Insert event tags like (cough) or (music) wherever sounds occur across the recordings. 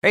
Hey,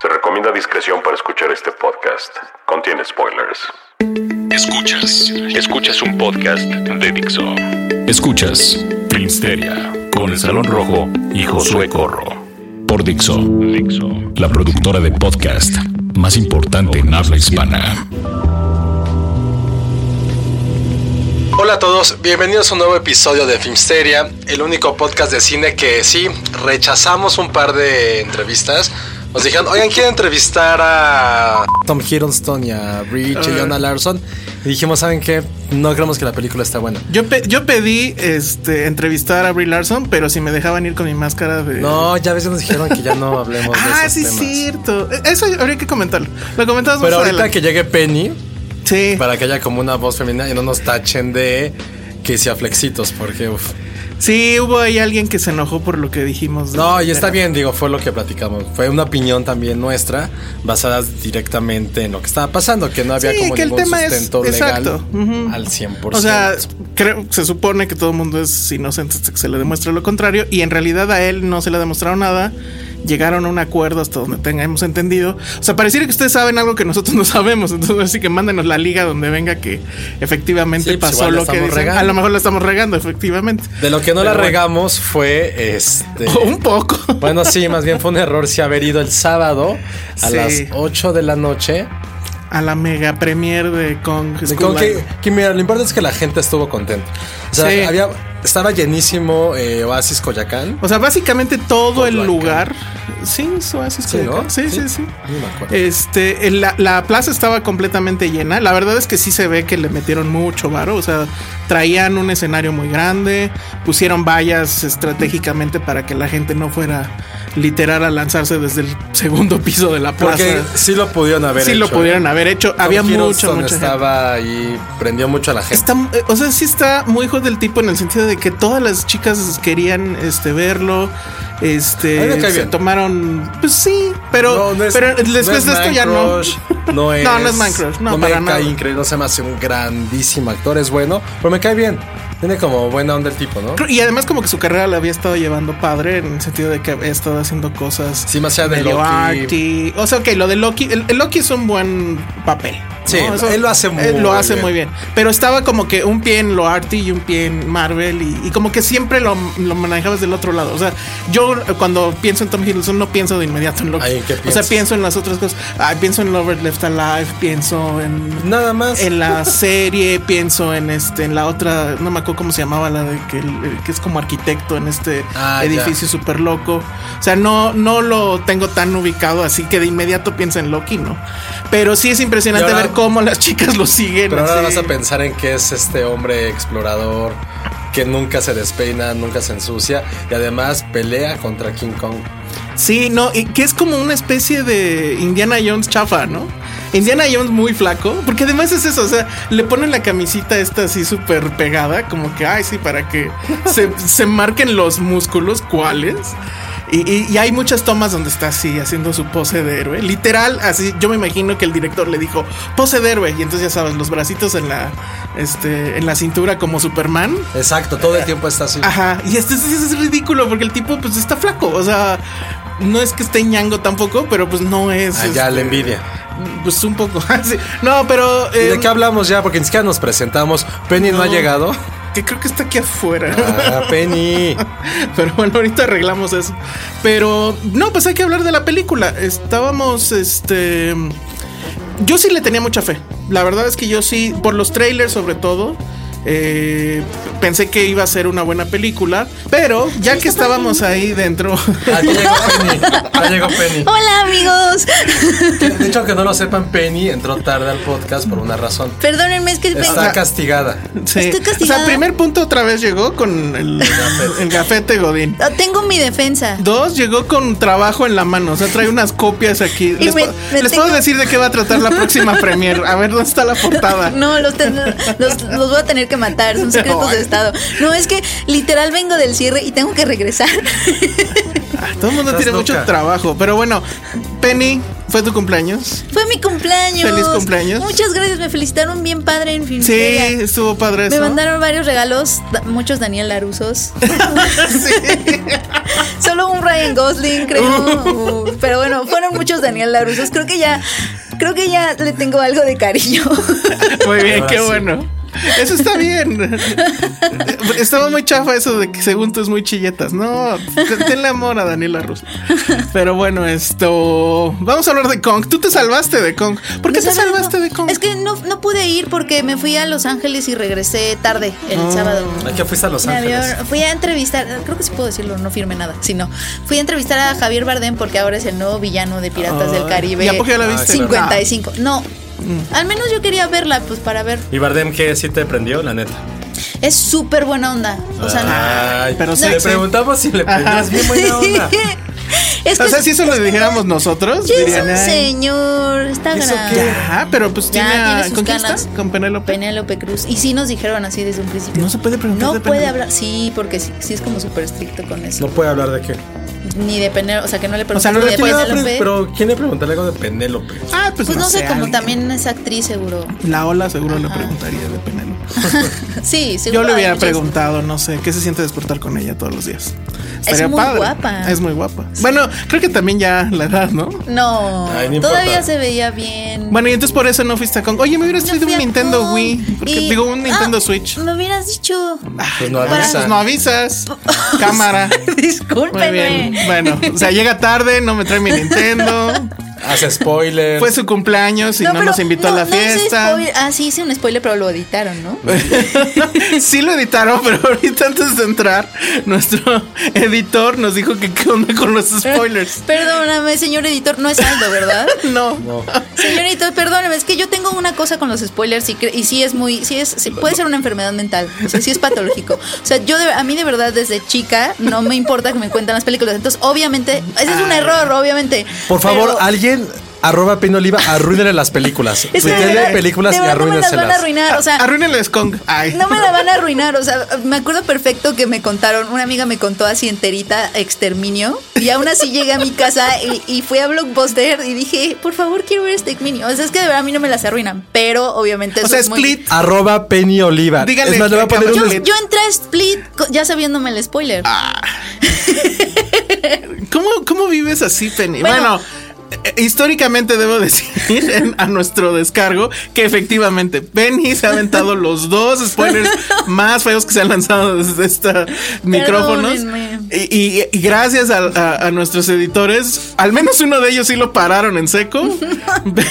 Se recomienda discreción para escuchar este podcast. Contiene spoilers. Escuchas, escuchas un podcast de Dixo. Escuchas Filmsteria con el Salón Rojo y Josué Corro. Por Dixo, la productora de podcast más importante en habla hispana. Hola a todos, bienvenidos a un nuevo episodio de Filmsteria, el único podcast de cine que sí, rechazamos un par de entrevistas. Nos dijeron, oigan, quieren entrevistar a Tom Hiddleston y a Bridget y Jonah Larson. Y dijimos, ¿saben qué? No creemos que la película está buena. Yo, pe- yo pedí este, entrevistar a Brie Larson, pero si me dejaban ir con mi máscara de. No, ya a veces nos dijeron que ya no hablemos de (laughs) Ah, esos sí, temas. cierto. E- Eso habría que comentarlo. Lo comentamos Pero más ahorita adelante. que llegue Penny, Sí. para que haya como una voz femenina y no nos tachen de que sea flexitos, porque uf. Sí, hubo ahí alguien que se enojó por lo que dijimos. de- No, y está bien, digo, fue lo que platicamos. Fue una opinión también nuestra, basada directamente en lo que estaba pasando, que no había Sí, como que el ningún tema es- sustento legal exacto, ujú. al 100%. O sea, creo, se supone que todo el mundo es inocente hasta que se le demuestre lo contrario y en realidad a él no se le ha demostrado nada. Llegaron a un acuerdo hasta donde tengamos entendido. O sea, pareciera que ustedes saben algo que nosotros no sabemos. Entonces, así que mándenos la liga donde venga que efectivamente Sí, pues, pasó igual la lo que estamos dicen. regando. A lo mejor la estamos regando, efectivamente. de lo que no la Pero bueno. regamos fue este. Un poco. Bueno, sí, más bien fue un error si haber ido el sábado a Sí. las 8 de la noche. (laughs) A la mega premier de Kong. Skull Con que, Island. que mira, lo importante es que la gente estuvo contenta. O sea, Sí. había, estaba llenísimo eh, Oasis Coyacán. O sea, básicamente todo el Coyoacán. lugar. Sí, es Oasis Sí, Coyoacán. ¿no? Sí, sí, Sí. sí. Ni me acuerdo. Este, el- la, la plaza estaba completamente llena. La verdad es que sí se ve que le metieron mucho varo. O sea, traían un escenario muy grande, pusieron vallas estratégicamente para que la gente no fuera literal a lanzarse desde el segundo piso de la plaza. Porque sí lo pudieron haber sí hecho. ¿eh? lo pudieron haber hecho. Había Tom mucha, Hiddleston mucha gente. estaba ahí, prendió mucho a la gente. Está, eh, o sea, sí está muy hijo del tipo en el sentido de que todas las chicas querían este verlo. A mí Este me cae se bien. tomaron. Pues sí, pero, No, no es- pero no es después de esto man ya no. crush, No es, (laughs) no, no es man crush, No, me para cae nada. increíble, no se me hace un grandísimo actor, es bueno, pero me cae bien. Tiene como buena onda el tipo, ¿no? Creo- Y además, como que su carrera la había estado llevando padre en el sentido de que había estado haciendo cosas. Sí, más allá de medio Loki. arty. O sea, ok, lo de Loki. El, el Loki es un buen papel. Sí, él lo hace muy Él lo hace bien. muy bien. Pero estaba como que un pie en lo arty y un pie en Marvel. Y, y como que siempre lo, lo manejabas del otro lado. O sea, yo eh, cuando pienso en Tom Hiddleston no pienso de inmediato en Loki. Ay, ¿en qué o sea, piensas? pienso en las otras cosas. Ah, pienso en Lover Left Alive. Pienso en. Nada más. En la serie (laughs) pienso en este, en la otra, no me acuerdo cómo se llamaba, la de que, el- que es como arquitecto en este Ah, ya. edificio súper loco. O sea, no, no lo tengo tan ubicado, así que de inmediato pienso en Loki, ¿no? Pero sí es impresionante Y ahora- ver cómo las chicas lo siguen. Pero ahora así. vas a pensar en que es este hombre explorador que nunca se despeina, nunca se ensucia y además pelea contra King Kong. Sí, no, y que es como una especie de Indiana Jones chafa, ¿no? Indiana Jones muy flaco, porque además es eso, o sea, le ponen la camisita esta así súper pegada, como que, ay, sí, para que se, se marquen los músculos, ¿cuáles? Y, y- y hay muchas tomas donde está así, haciendo su pose de héroe. Literal, así, yo me imagino que el director le dijo, pose de héroe, y entonces ya sabes, los bracitos en la, este, en la cintura como Superman. Exacto, todo Eh, el tiempo está así. Ajá, y esto es, es ridículo porque el tipo pues está flaco, o sea, no es que esté ñango tampoco, pero pues no es... Ah, ya este, la envidia. Pues un poco, (laughs) sí. no, pero... ¿Y eh, de qué hablamos ya? Porque ni siquiera nos presentamos. Penny no, ha llegado. que creo que está aquí afuera. Ah, Penny. (laughs) Pero bueno, ahorita arreglamos eso. Pero no, pues hay que hablar de la película. Estábamos, este. Yo sí le tenía mucha fe. La verdad es que yo sí, por los trailers sobre todo, eh, pensé que iba a ser una buena película. Pero ya que estábamos ahí dentro, Ah, ya llegó Penny. Ya llegó Penny. Hola amigos, Que, De hecho, que no lo sepan, Penny entró tarde al podcast por una razón. perdónenme, es que Está castigada. sí. Estoy o sea, castigada. primer punto otra vez llegó con el, el gafete Godín. Ah, tengo mi defensa. Dos, llegó con trabajo en la mano. O sea, trae unas copias aquí. Y Les, me- puedo- me les tengo- puedo decir de qué va a tratar la (laughs) próxima premier. A ver, ¿dónde está la portada? No, los, ten- los, los voy a tener que matar, son secretos de estado. No, es que literal vengo del cierre y tengo que regresar. (laughs) Todo el mundo Estás tiene mucho loca. trabajo. Pero bueno, Penny, fue tu cumpleaños. Fue mi cumpleaños. Feliz cumpleaños. Muchas gracias, me felicitaron bien padre en fin. Sí, estuvo padre eso. Me mandaron varios regalos, da- muchos (laughs) Daniel Larusos. (laughs) Solo un Ryan Gosling, Uh. creo. Uh, Pero bueno, fueron muchos Daniel Larusos. Creo que ya, creo que ya le tengo algo de cariño. (laughs) Muy bien, Ahora qué sí. bueno. Eso está bien. Estaba muy chafa eso de que según tú es muy chilletas. No, te- tenle amor a Daniela Russo. Pero bueno, esto. Vamos a hablar de Kong. Tú te salvaste de Kong. ¿Por qué No te sabes, salvaste no. de Kong? Es que no, no pude ir porque me fui a Los Ángeles y regresé tarde el Ah. sábado. ¿A qué fuiste a Los Me Ángeles? había- fui a entrevistar, creo que sí puedo decirlo, no firme nada, si no. Fui a entrevistar a Javier Bardem porque ahora es el nuevo villano de Piratas del Caribe. ¿Y a poco ya la viste? Mm. 55. No. Al menos yo quería verla, pues para ver. ¿Y Bardem qué sí te prendió, la neta? Es súper buena onda. O sea, no- Ay, pero pero sí, le sí. preguntamos si le prendías bien buena onda. es O sea, si eso lo dijéramos nosotros, Sí, es dirían. un "Ay, señor, está ¿Eso grande. qué? Ya, pero pues Ya, tiene. a- tiene sus ¿Con quién está? ganas. Con Penélope. Penélope Cruz. Y sí nos dijeron así desde un principio. No se puede preguntar No de puede Penélope. hablar. Sí, porque sí, sí es como súper estricto con No eso. puede hablar de qué. Ni de Penélope. O sea, que no le preguntan sea, no ni le de Pues, Pero, puede pero- Penélope. pero ¿quién le preguntaría algo de Penélope? Ah, pues, Pues no sé, como alguien. también es (laughs) actriz, seguro. La ola seguro le preguntaría de Penélope. Sí, seguro. Yo le hay hubiera muchas- preguntado, no sé, ¿qué se siente despertar con ella todos los días? muy guapa. Es muy guapa. Bueno, creo que también ya la edad, ¿no? No, Ay, no todavía importa. se veía bien. Bueno, y entonces por eso no fuiste a Kong. Oye, me hubieras traído fui un a Nintendo Kong Wii. porque- y- digo, un Nintendo Ah, Switch. Me hubieras dicho. Pues no para- avisa. Pues no (laughs) avisas. Cámara. Muy bien. Discúlpeme. Bueno, o sea, llega tarde, no me trae mi Nintendo. Hace spoilers. Fue su cumpleaños y no, pero nos invitó no- a la no hice fiesta. spoiler. ah, sí, hice un spoiler, pero lo editaron, ¿no? (laughs) sí lo editaron, pero ahorita antes de entrar, nuestro (laughs) editor nos dijo que qué onda con (laughs) los spoilers. Perdóname, señor editor, no es algo, ¿verdad? No. señor editor, perdóname, es que yo tengo una cosa con los spoilers y, cre- y sí es muy, sí es, sí puede ser una enfermedad mental, o sea, sí es patológico. O sea, yo de- a mí de verdad desde chica no me importa que me cuenten las películas, entonces obviamente, ese es un error, obviamente. Ah. Por favor, pero- alguien arroba Penny Oliva, arruínele las películas. (laughs) es que de Tuiteale verdad- películas de y verdad no me las van a arruíneselas. arruinar, (laughs) o sea, Arruínenles Kong. Ay. (laughs) No me la van a arruinar, o sea, me acuerdo perfecto que me contaron, una amiga me contó así enterita exterminio y aún así llegué a mi casa y, y fui a Blockbuster y dije, por favor quiero ver exterminio. O sea, es que de verdad a mí no me las arruinan, pero obviamente o eso sea, es muy- Split. Arroba Penny Oliva. Dígale es más, le voy a que poner Yo, un acabamos yo entré a Split co- ya sabiéndome el spoiler. Ah, ¿Cómo, ¿Cómo vives así, Penny? Bueno, Bueno. eh, históricamente debo decir (laughs) en- a nuestro descargo que efectivamente Penny se ha (laughs) aventado los dos spoilers más feos que se han lanzado desde esta micrófonos. Perdónenme. Y, y- y gracias a, a- a nuestros editores, al menos uno de ellos sí lo pararon en seco, (laughs)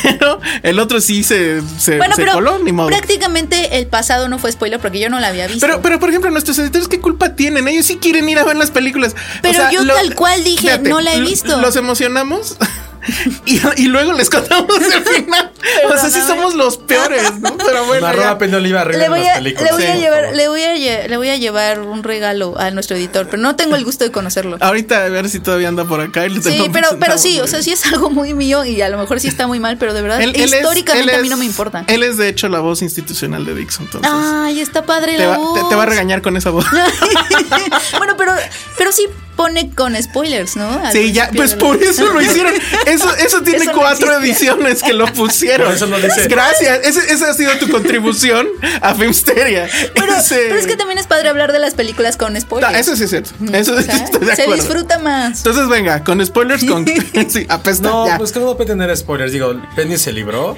pero el otro sí se, se, bueno, se pero coló, ni modo. prácticamente el pasado no fue spoiler porque yo no la había visto. Pero, pero, por ejemplo, nuestros editores, ¿qué culpa tienen? Ellos sí quieren ir a ver las películas. Pero yo tal cual dije, no la he lo- visto. Los emocionamos (laughs) y, y luego les contamos (laughs) el final. o sea, sí Perdóname. somos los peores, ¿no? Pero bueno. ya. arroba Penny Oliva, le arruínele voy, las a, películas. le voy a Sí, por llevar, favor. le voy a lle- le voy a llevar un regalo a nuestro editor, pero no tengo el gusto de conocerlo. Ahorita a ver si todavía anda por acá. y (laughs) le Sí, tenemos- pero, pero sí, o sea, sí es algo muy mío y a lo mejor sí está muy mal, pero de verdad, Él- él es- históricamente él a mí no es- me importa. Él es de hecho la voz institucional de Dixon, entonces. Ay, está padre te, la va, voz. (laughs) te- te va a regañar con esa voz. bueno, pero, pero sí, po- pone con spoilers, Ah, ¿no? Al Sí, ya, principio pues de por la- (laughs) eso lo hicieron. Eso, eso tiene Eso no cuatro existía. ediciones que lo pusieron. Por eso lo dice. Gracias. Ese- esa ha sido tu contribución a Filmsteria. Pero, Ese- pero es que también es padre hablar de las películas con spoilers. No, eso sí es cierto. Eso O sí sea, estoy de se acuerdo. disfruta más. Entonces, venga, con spoilers, (laughs) con. sí, apesta. No, ya. pues que no puede tener spoilers. Digo, Penny se (laughs) libró.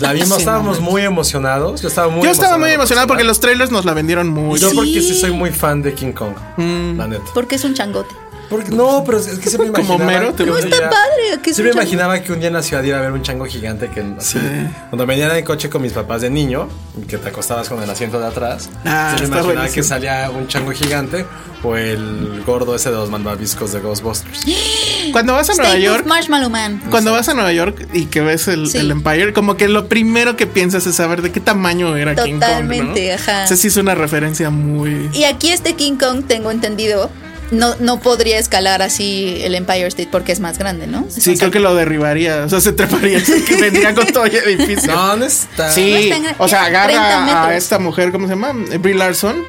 La vimos, estábamos muy emocionados. Yo estaba muy Yo estaba muy emocionado emocionado porque los trailers nos la vendieron muy Yo bien. porque sí Sí. soy muy fan de King Kong, Mm. la neta. Porque es un changote. Porque, no, pero es que siempre me (laughs) Como imaginaba. Homero, te que lo- un No, está día- padre, que es siempre un me chango. imaginaba que un día en la ciudad iba a haber un chango gigante que así, cuando venían en coche con mis papás de niño, que te acostabas con el asiento de atrás, Ah, siempre me está imaginaba buenísimo. que salía un chango gigante o el gordo ese de los malvaviscos de Ghostbusters. Cuando vas a Nueva Stay York. with Marshmallow Man. Cuando vas a Nueva York y que ves el, Sí. el Empire, como que lo primero que piensas es saber de qué tamaño era King Kong. ¿no? Totalmente, ajá. O sea, sí es una referencia muy. Y aquí este King Kong, tengo entendido, no, no podría escalar así el Empire State porque es más grande, ¿no? Sí, creo que lo derribaría. O sea, se treparía. (laughs) se- que vendría con todo el edificio. ¿Dónde está? Sí, No está en- o sea, tiene 30 agarra a metros. esta mujer, ¿cómo se llama? Brie Larson.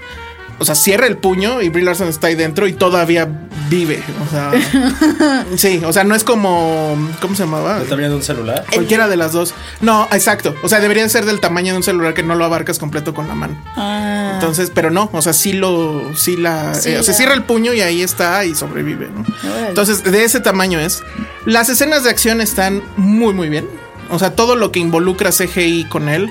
O sea, cierra el puño y Brie Larson está ahí dentro y todavía vive. O (laughs) sea, sí, o sea, no es como. ¿Cómo se llamaba? ¿Está viendo un celular? Cualquiera de las dos. No, exacto. O sea, debería ser del tamaño de un celular que no lo abarcas completo con la mano. Ah. Entonces, pero no, o sea, sí lo, sí la, Sí eh, o sea, la- cierra el puño y ahí está y sobrevive, ¿no? Órale. Entonces, de ese tamaño es. Las escenas de acción están muy, muy bien. O sea, todo lo que involucra CGI con él.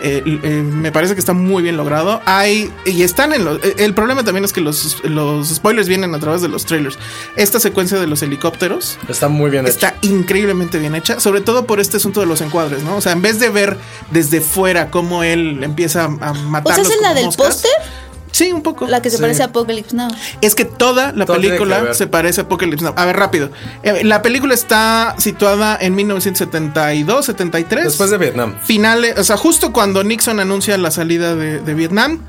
eh, eh, me parece que está muy bien logrado. Hay. Y están en los. eh, El problema también es que los, los spoilers vienen a través de los trailers. Esta secuencia de los helicópteros. Está muy bien hecho. Está increíblemente bien hecha, sobre todo por este asunto de los encuadres, ¿no? O sea, en vez de ver desde fuera cómo él empieza a O matar. sea, ¿esa es la del póster? Sí, un poco. La que se Sí. parece a Apocalypse Now. Es que toda la Todo tiene que película ver. se parece a Apocalypse Now. A ver, rápido. Eh, La película está situada en 1972, 73. Después de Vietnam. Finales, o sea, justo cuando Nixon anuncia la salida de, de Vietnam,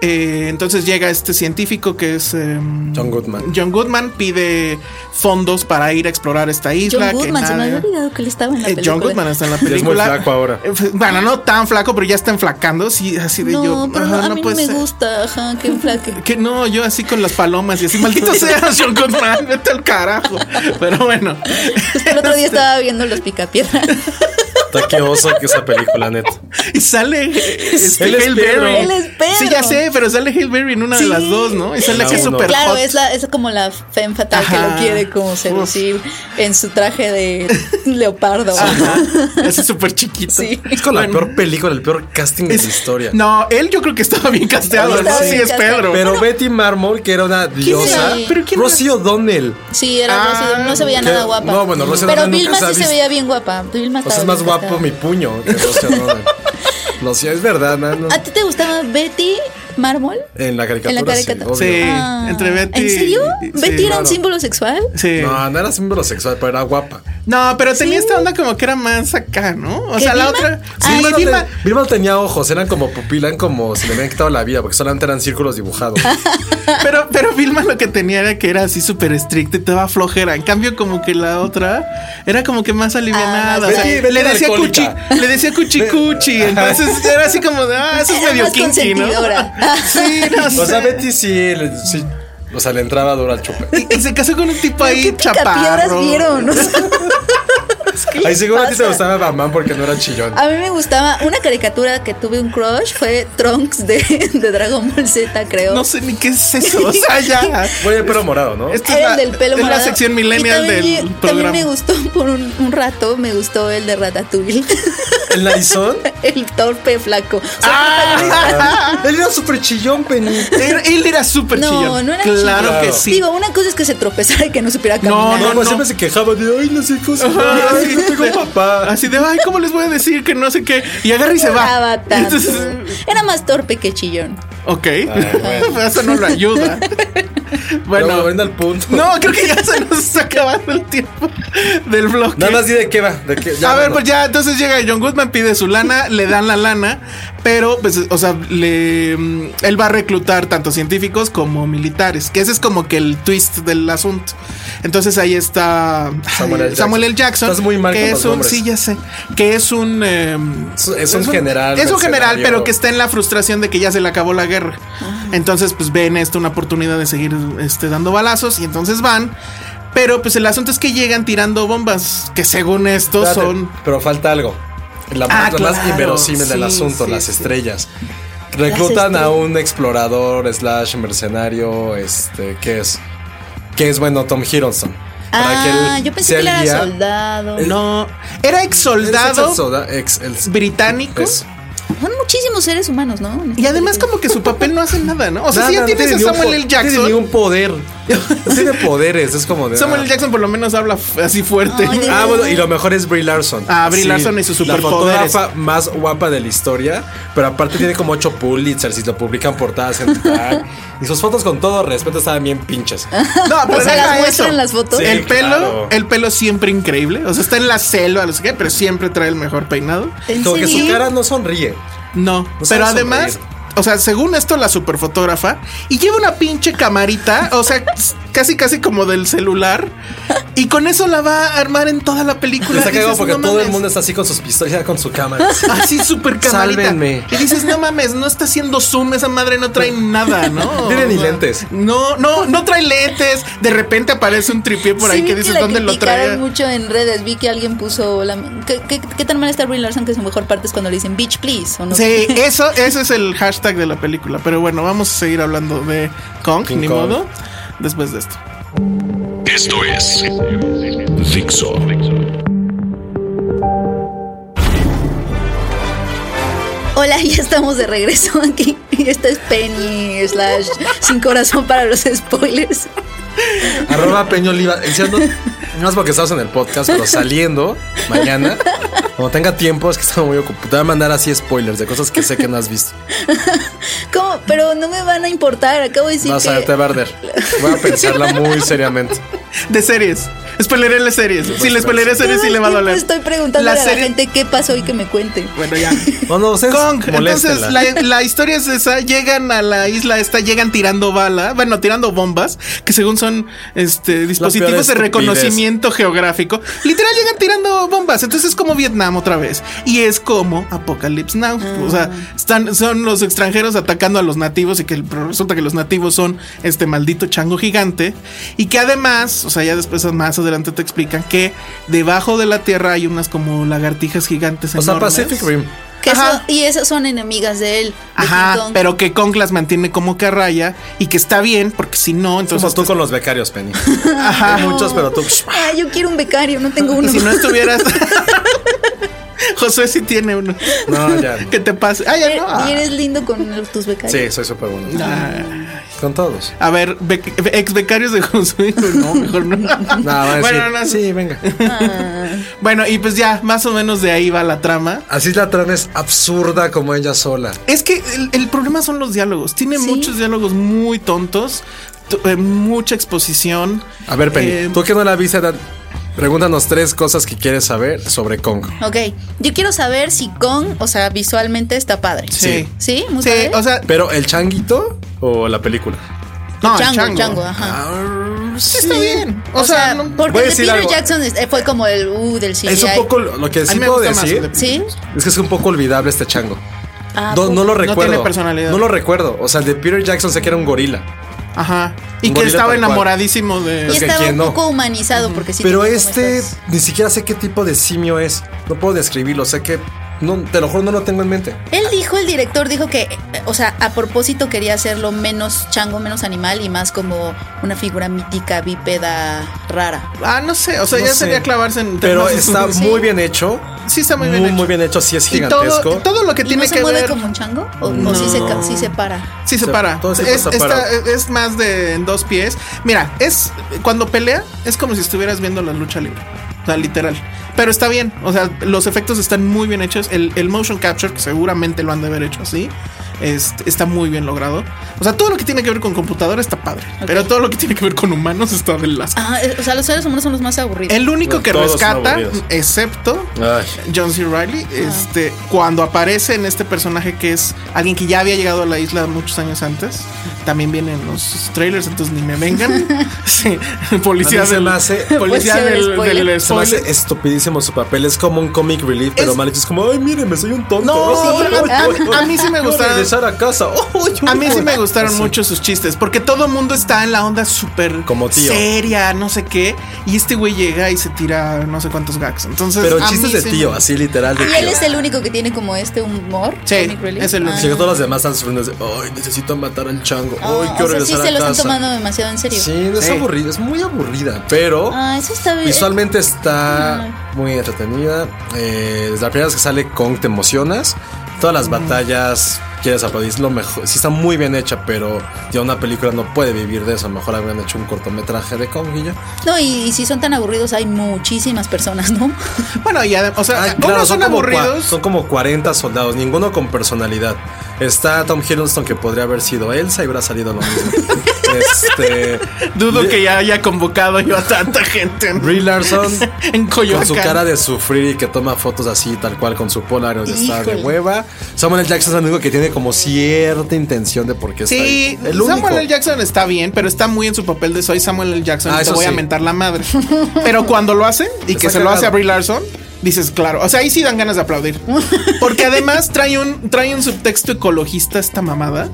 eh, entonces llega este científico que es em, John Goodman. John Goodman pide fondos para ir a explorar esta isla. John que Goodman, se me nadie- había olvidado que él estaba en la eh, película. John Goodman está (laughs) en la es muy película. flaco ahora. Eh, f- Bueno, no tan flaco, pero ya está enflacando. Sí, así de No, yo. pero ajá, no, a mí no puede me ser. gusta, ajá, (laughs) que flaque. Que no, yo así con las palomas (laughs) y así, maldito seas, John Goodman, vete al carajo. Pero bueno, El (laughs) otro día estaba viendo Los Picapiedra. Está que oso que esa película, neta. y sale eh, este, Él es Hail Pedro. Berry. Él es Pedro. Sí, ya sé, pero sale Hail Berry en una de Sí. las dos, ¿no? Y sale La así uno. súper Claro, hot. es, la, es como la femme fatal que Ajá. lo quiere como seducir en su (laughs) traje de leopardo. Ajá, (laughs) así súper chiquito. (laughs) Sí. Es con la peor película, el peor casting de la historia. No, él yo creo que estaba bien casteado. Estaba sí, bien es casteado. Pedro. Pero Betty Marmol, que era una diosa. era? ¿Pero quién era? Rocío Donnell. Sí, era Ah, Rosy, no se veía que- nada guapa. no, bueno, Rosy Pero Donnell Vilma nunca se ha sí se visto. veía bien guapa. Vilma O sea, es estaba más bien guapo mi casada. puño que Rocío Donnell. Lo sí, es verdad, (laughs) ¿no? no. ¿A ti te gustaba Betty Mármol? En la caricatura. En la caricatura. Sí. Sí, obvio. Ah, entre Betty. ¿En serio? sí, ¿Betty era un claro. símbolo sexual? Sí. No, no era símbolo sexual, pero era guapa. No, pero tenía esta onda como que era más acá, ¿no? O ¿Que sea, la Vilma? otra. Sí, Sí, Vilma no Vilma- te- Vilma no tenía ojos, eran como pupila, eran como si le habían quitado la vida, porque solamente eran círculos (laughs) dibujados. pero, pero Vilma lo que tenía era que era así súper estricta y te daba flojera. En cambio, como que la otra era como que más alivianada. Ah, más o sea, Betty- Betty le era decía cuchi, alcohólica. le decía cuchi cuchi. Entonces era así como de, ah, eso es Era medio más kinky, ¿no? consentidora. (laughs) Sí, no sé. O sea, Betty sí, le- sí. O sea, le entraba dura al chupe. Y, y se casó con un tipo ¿Qué ahí picapiedras chaparro. vieron? (laughs) O sea, ¿qué les Ay, seguro a ti te pasa? gustaba Batman porque no era chillón. A mí me gustaba una caricatura que tuve un crush fue Trunks de, (laughs) de Dragon Ball Z, creo. No sé ni qué es eso. O sea, ya. Oye, el pelo morado, ¿no? Esto Era el es la, del pelo es la morado. sección Y millennial también del me- programa. También me gustó por un, un rato, me gustó el de Ratatouille, (laughs) El (laughs) narizón. el torpe flaco. O sea, Ah, Él era súper chillón, Penny. (laughs) Era- él era súper No, chillón. no era Claro chillón. que Claro. sí. Digo, una cosa es que se tropezara y que no supiera No, caminar. No, no, pues no. siempre se quejaba de, ay, no sé (laughs) cocinar, Ajá, ay, sí, no de- tengo papá. Así de, ay, ¿cómo les voy a decir que no sé qué? Y agarra y se va. Lloraba tanto. Entonces, Era más torpe que chillón. ok. bueno. (laughs) Eso no lo ayuda. Bueno, Bueno. ven al punto. No, creo que ya se nos está acabando el tiempo del bloque. Nada más di de qué va, de qué. a ver, bueno. pues ya, entonces llega John Goodman, pide su lana, (laughs) le dan la lana, pero pues, o sea, le, mm, él va a reclutar tanto científicos como militares, que ese es como que el twist del asunto. Entonces ahí está Samuel ay, L. Jackson. L. Jackson, Estás muy mal que con es los un, nombres. sí, ya sé, que es un, em, Es- es un general es un general, mercenario. pero que está en la frustración de que ya se le acabó la guerra. Entonces, pues ven esto una oportunidad de seguir este, dando balazos y entonces van. Pero pues el asunto es que llegan tirando bombas que según esto Espérate, son... Pero falta algo. La Ah, parte más claro, inverosímil del sí, asunto, sí, las sí. estrellas. Reclutan estrellas. a un explorador slash mercenario, este, que es, que es bueno Tom Hiddleston. Para Ah, él yo sea pensé que él el era guía. soldado. No, era ex Él es soldado ex solda- ex- el- británico. es- Son muchísimos seres humanos, ¿no? Y además como que su papel no hace nada, ¿no? O sea, Nada, si ya no tienes tiene a ni un po- Samuel L. No tiene Jackson. ningún (laughs) poder. No tiene poderes, es como de. Samuel ah. L. Jackson por lo menos habla f- así fuerte. Ay, de Ah, bueno, y lo mejor es Brie Larson. Ah, Brie Larson y sus La superpoderes. fotógrafa más guapa de la historia, pero aparte tiene como ocho Pulitzer, si lo publican portadas en (laughs) tal. Y sus fotos, con todo respeto, estaban bien pinches. No, pero O sea, deja las pues eso. muestran las fotos. Sí, el pelo, claro. el pelo siempre increíble. O sea, está en la selva, no sé qué, pero siempre trae el mejor peinado. ¿En Como que su serio? cara no sonríe. No, sabe pero además, sonreír. o sea, según esto, la superfotógrafa y lleva una pinche camarita, o sea, s- casi, casi como del celular. Y con eso la va a armar en toda la película. Está Y dices, cagado porque "No todo el mames". mundo está así con sus pistolas, con su cámara. Así (laughs) súper camarita. Sálvenme. Y dices, no mames, no está haciendo zoom, esa madre no trae nada, (laughs) ¿no? Tiene ni O sea, lentes. No, no, no trae lentes. De repente aparece un tripié por Sí, ahí vi que dices, ¿dónde la lo trae? criticaron mucho en redes. Vi que alguien puso. La, ¿qué, qué, qué tan mal está Brie Larson que su mejor parte es cuando le dicen bitch, please? ¿o no? Sí, eso, ese es el hashtag de la película. Pero bueno, vamos a seguir hablando de Kong, King ni Kong. modo, después de esto. Esto es Dixo. Hola, (laughs) ya estamos de regreso aquí. Y Esta es Penny slash sin corazón para los spoilers. Arroba Peña Oliva. Diciendo, no es porque estamos en el podcast, pero saliendo mañana, cuando tenga tiempo, es que estaba muy ocupado. Te voy a mandar así spoilers de cosas que sé que no has visto. ¿Cómo? Pero no me van a importar. Acabo de decir Vas a que. verte perder. Voy a pensarla muy seriamente. De series. Spoileré las series. Si le (laughs) spoileré Todo series, sí el le va a tiempo doler. Estoy preguntando La a la serie- gente qué pasó y que me cuente. (laughs) Bueno, ya. No, no, ustedes Kong. Entonces, moléstenla. la, la historia es esa. Llegan a la isla esta, llegan tirando bala, bueno, tirando bombas, que según son este dispositivos peores de estupidez. reconocimiento geográfico. Literal, llegan tirando bombas. Entonces, es como Vietnam otra vez. Y es como Apocalypse Now. O sea, están, son los extranjeros atacando a los nativos y que el- pero resulta que los nativos son este maldito chango gigante. Y que además, o sea, ya después más adelante te explican que debajo de la tierra hay unas como lagartijas gigantes. O sea, enormes. Pacific Rim. Que eso- Ajá. y esas son enemigas de él. de King Ajá, Kong. pero que Kong las mantiene como que a raya y que está bien, porque si no, Como entonces. tú con los becarios, Penny. Ajá. Hay muchos, pero (laughs) tú. Ah, yo quiero un becario, no (laughs) tengo Y uno. si (laughs) (laughs) no estuvieras. Josué sí tiene uno. No, (laughs) ya no. Que te pase. Ah, ya no. Eh, Y eres lindo con el- tus becarios. Sí, soy súper bueno. Con todos. A ver, bec- ex becarios de Josué. No, mejor no. No, va a decir, Bueno, no, sí, venga. Bueno, y pues ya, más o menos de ahí va la trama. Así la trama es absurda como ella sola. Es que el, el problema son los diálogos. Tiene Sí. muchos diálogos muy tontos, tu- eh, mucha exposición. A ver, Penny, Eh, tú que no la viste, Dan, pregúntanos tres cosas que quieres saber sobre Kong. Ok, yo quiero saber si Kong, o sea, visualmente está padre. Sí. ¿Sí? ¿Muy Sí, padre? o sea, Pero el changuito o la película. no, el Django, chango. Ah. Django, ajá. Ah, Está bien. O, o sea, sea no- porque voy a el de decir Peter algo. Jackson es- eh, fue como el uh, del CGI. Es un poco lo lo que A sí mí me puedo gusta más decir. el de- ¿Sí? Es que es un poco olvidable este chango. Ah, No, no lo No tiene recuerdo. personalidad. No lo recuerdo. O sea, el de Peter Jackson sé que era un gorila. Ajá. Y Un que gorila estaba tal cual. enamoradísimo Y de. Es que estaba quién un no. poco humanizado porque sí. Pero tenía como este estas- ni siquiera sé qué tipo de simio es. No puedo describirlo. Sé que no, te lo juro, no lo tengo en mente. Él dijo, el director dijo que, eh, o sea, a propósito quería hacerlo menos chango, menos animal y más como una figura mítica, bípeda, rara. Ah, no sé. O sea, No ya sé. sería clavarse en. Pero temas- está Sí. muy bien hecho. (laughs) Sí, está muy bien hecho. Muy bien hecho. Sí es Y todo, gigantesco. todo lo que ¿Y tiene no se que mueve ver. como un chango? ¿O, o sí, se, ca- sí se para? Sí, se Se- para. todo Es, se pasa está- para. es más de en dos pies. Mira, es cuando pelea, es como si estuvieras viendo la lucha libre. O sea, literal. Pero está bien. O sea, los efectos están muy bien hechos. El, el motion capture, que seguramente lo han de haber hecho así, es- está muy bien logrado. O sea, todo lo que tiene que ver con computadora está padre. Pero todo lo que tiene que ver con humanos está del asco. Ah, eh, o sea, los seres humanos son los más aburridos. El único Bueno, que todos son rescata, aburridos. excepto Ay. John C. Riley, este, cuando aparece en este personaje que es alguien que ya había llegado a la isla muchos años antes, también vienen los trailers, entonces ni me (laughs) vengan. sí, A policía mí se del, me hace- (laughs) policía Policía del del, spoiler. del Se me hace spoiler. estupidísimo su papel. Es como un comic relief, pero Es- mal hecho. Es como, ay, míreme, soy un tonto. No, Ay, pero ay, a, ay, a mí sí me ay, gustaron ay, regresar a casa. (laughs) Oh, yo- A mí sí me gustaron Así. mucho sus chistes, porque todo mundo está en la onda súper Como tío. seria, no sé qué, y este güey llega y se tira no sé cuántos gags. Entonces, Pero a chistes mí de sí tío, me- así literal. De Y Ah, él tío. es el único que tiene como este humor. Sí, Dominic Reilly. es el único. Ah. Si todos los demás están sufriendo, así, ay, necesito matar al chango. Ah, Ay, quiero o sea, sí regresar se a lo están casa. tomando demasiado en serio. Sí, no es Sí. aburrida, es muy aburrida, pero Ah, eso está bien. visualmente está muy entretenida. Eh, desde la primera vez que sale Kong te emocionas. Todas las batallas quieres aplaudir, es lo mejor. Sí está muy bien hecha, pero ya una película no puede vivir de eso. Mejor habrían hecho un cortometraje de Kong y ya. No, y, y si son tan aburridos, hay muchísimas personas, ¿no? Bueno, y adem- o sea, Ah, unos claro, son, son como, cua- aburridos. son como 40 soldados, ninguno con personalidad. Está Tom Hiddleston, que podría haber sido Elsa y hubiera salido lo (laughs) mismo. este, Dudo que ya haya convocado yo a tanta (laughs) gente en, Brie Larson, en Coyoacán. con su cara de sufrir y que toma fotos así, tal cual, con su Polaroid, está de Híjole. hueva. Samuel L. Jackson es el único que tiene como cierta intención de por qué está Sí, ahí. El único. Samuel L. Jackson está bien, pero está muy en su papel de soy Samuel L. Jackson Ah, y te eso voy a sí. mentar (laughs) la madre. Pero cuando lo hacen y que Está se lo hace a cagado. Brie Larson, dices, claro, o sea, ahí sí dan ganas (laughs) de aplaudir. Porque además trae un, trae un subtexto ecologista esta mamada.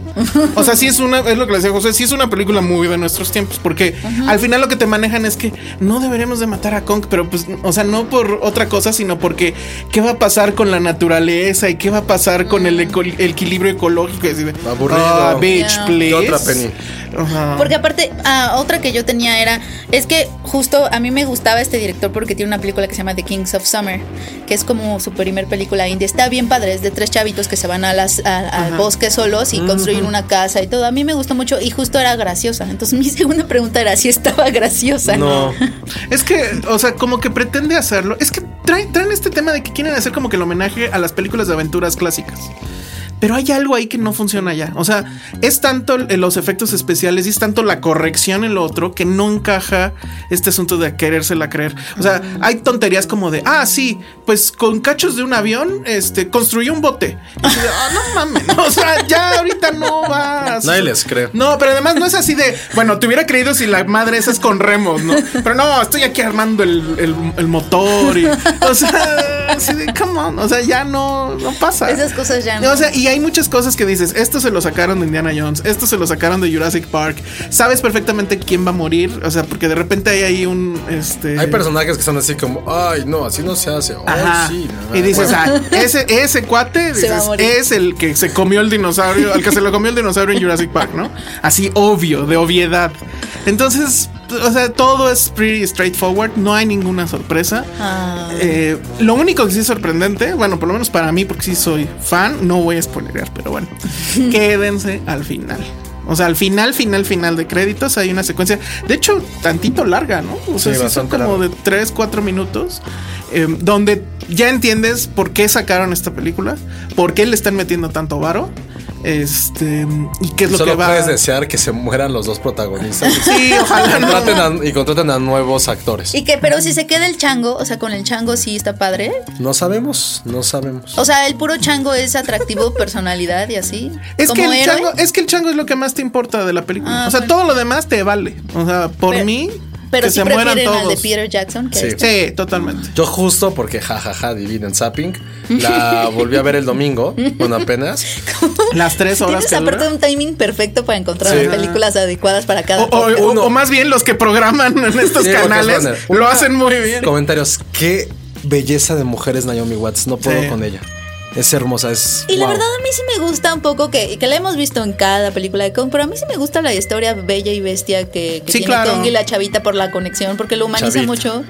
O sea, sí es una, es lo que le decía José, sí es una película muy de nuestros tiempos, porque al final lo que te manejan es que no deberemos de matar a Kong, pero pues, o sea, no por otra cosa, sino porque qué va a pasar con la naturaleza y qué va a pasar con el, eco- el equilibrio ecológico. Y así de, Aburrido. "Ah, bitch, Ya. please. ¿Qué otra Penny? Ajá. Porque aparte, ah, otra que yo tenía era, es que justo a mí me gustaba este director porque tiene una película que se llama The Kings of Summer, que es como su primer película indie. Está bien padre, es de tres chavitos que se van a las, a- al bosque solos y construyen una casa y todo. A mí me gustó mucho y justo era graciosa. Entonces (laughs) mi segunda pregunta era si estaba graciosa. No. Es que, o sea, como que pretende hacerlo. Es que traen, traen este tema de que quieren hacer como que el homenaje a las películas de aventuras clásicas. Pero hay algo ahí que no funciona ya. O sea, es tanto el- los efectos especiales y es tanto la corrección en lo otro que no encaja este asunto de querérsela creer. O sea, hay tonterías como de, ah, sí, pues con cachos de un avión, este, construyó un bote. Y tú de, "Ah, no mames. O sea, ya ahorita no vas. Nadie les cree. No, pero además no es así de, bueno, te hubiera creído si la madre esa es con remos, ¿no? Pero no, estoy aquí armando el, el- el motor y, o sea, así de, come on, o sea, ya no, no pasa. Esas cosas ya no. O sea, y hay muchas cosas que dices, esto se lo sacaron de Indiana Jones, esto se lo sacaron de Jurassic Park, sabes perfectamente quién va a morir, o sea, porque de repente hay ahí un, este... Hay personajes que son así como, ay, no, así no se hace. Ay, Ajá. sí. me y da dices, hueva". ah, ese, ese cuate Se va a dices, morir. es el que se comió el dinosaurio, al que se lo comió el dinosaurio en Jurassic Park, ¿no? Así obvio, de obviedad. Entonces, o sea, todo es pretty straightforward, no hay ninguna sorpresa. Ah. Eh, lo único que sí es sorprendente, bueno, por lo menos para mí, porque sí soy fan, no voy a spoilerear, pero (laughs) bueno, quédense al final. O sea, al final, final, final de créditos hay una secuencia, de hecho, tantito larga, ¿no? O sea, Sí, sí son bastante como larga. de 3, 4 minutos, eh, donde ya entiendes por qué sacaron esta película, por qué le están metiendo tanto varo, este, y qué es lo Solo que va puedes desear que se mueran los dos protagonistas. (laughs) Sí, Y (laughs) ojalá no. contraten a- y contraten a nuevos actores. Y que, pero si se queda el chango, o sea, con el chango sí está padre. No sabemos, no sabemos. O sea, el puro chango es atractivo, (laughs) personalidad y así. Es que, Como el héroe. chango, es que el chango es lo que más te importa de la película. Ah, o sea, bueno. todo lo demás te vale. O sea, por Pero- mí, Pero que sí se mueran prefieren al todos. de Peter Jackson que Sí. a este. Sí, totalmente. Yo justo porque jajaja, ja, ja, dividen zapping, la volví a ver el domingo, bueno, apenas. Las tres horas Tienes que dura. aparte un timing perfecto para encontrar Sí. las películas adecuadas para O, cada o- podcast. o- o más bien los que programan en estos Sí, canales Podcast Runner. lo hacen muy bien. Comentarios, qué belleza de mujer es Naomi Watts, no puedo Sí. con ella. Es hermosa, es Y la wow. verdad a mí sí me gusta un poco que, que la hemos visto en cada película de Kong, pero a mí sí me gusta la historia bella y bestia que, que Sí, tiene claro. Kong y la chavita por la conexión, porque lo humaniza Chavita. mucho.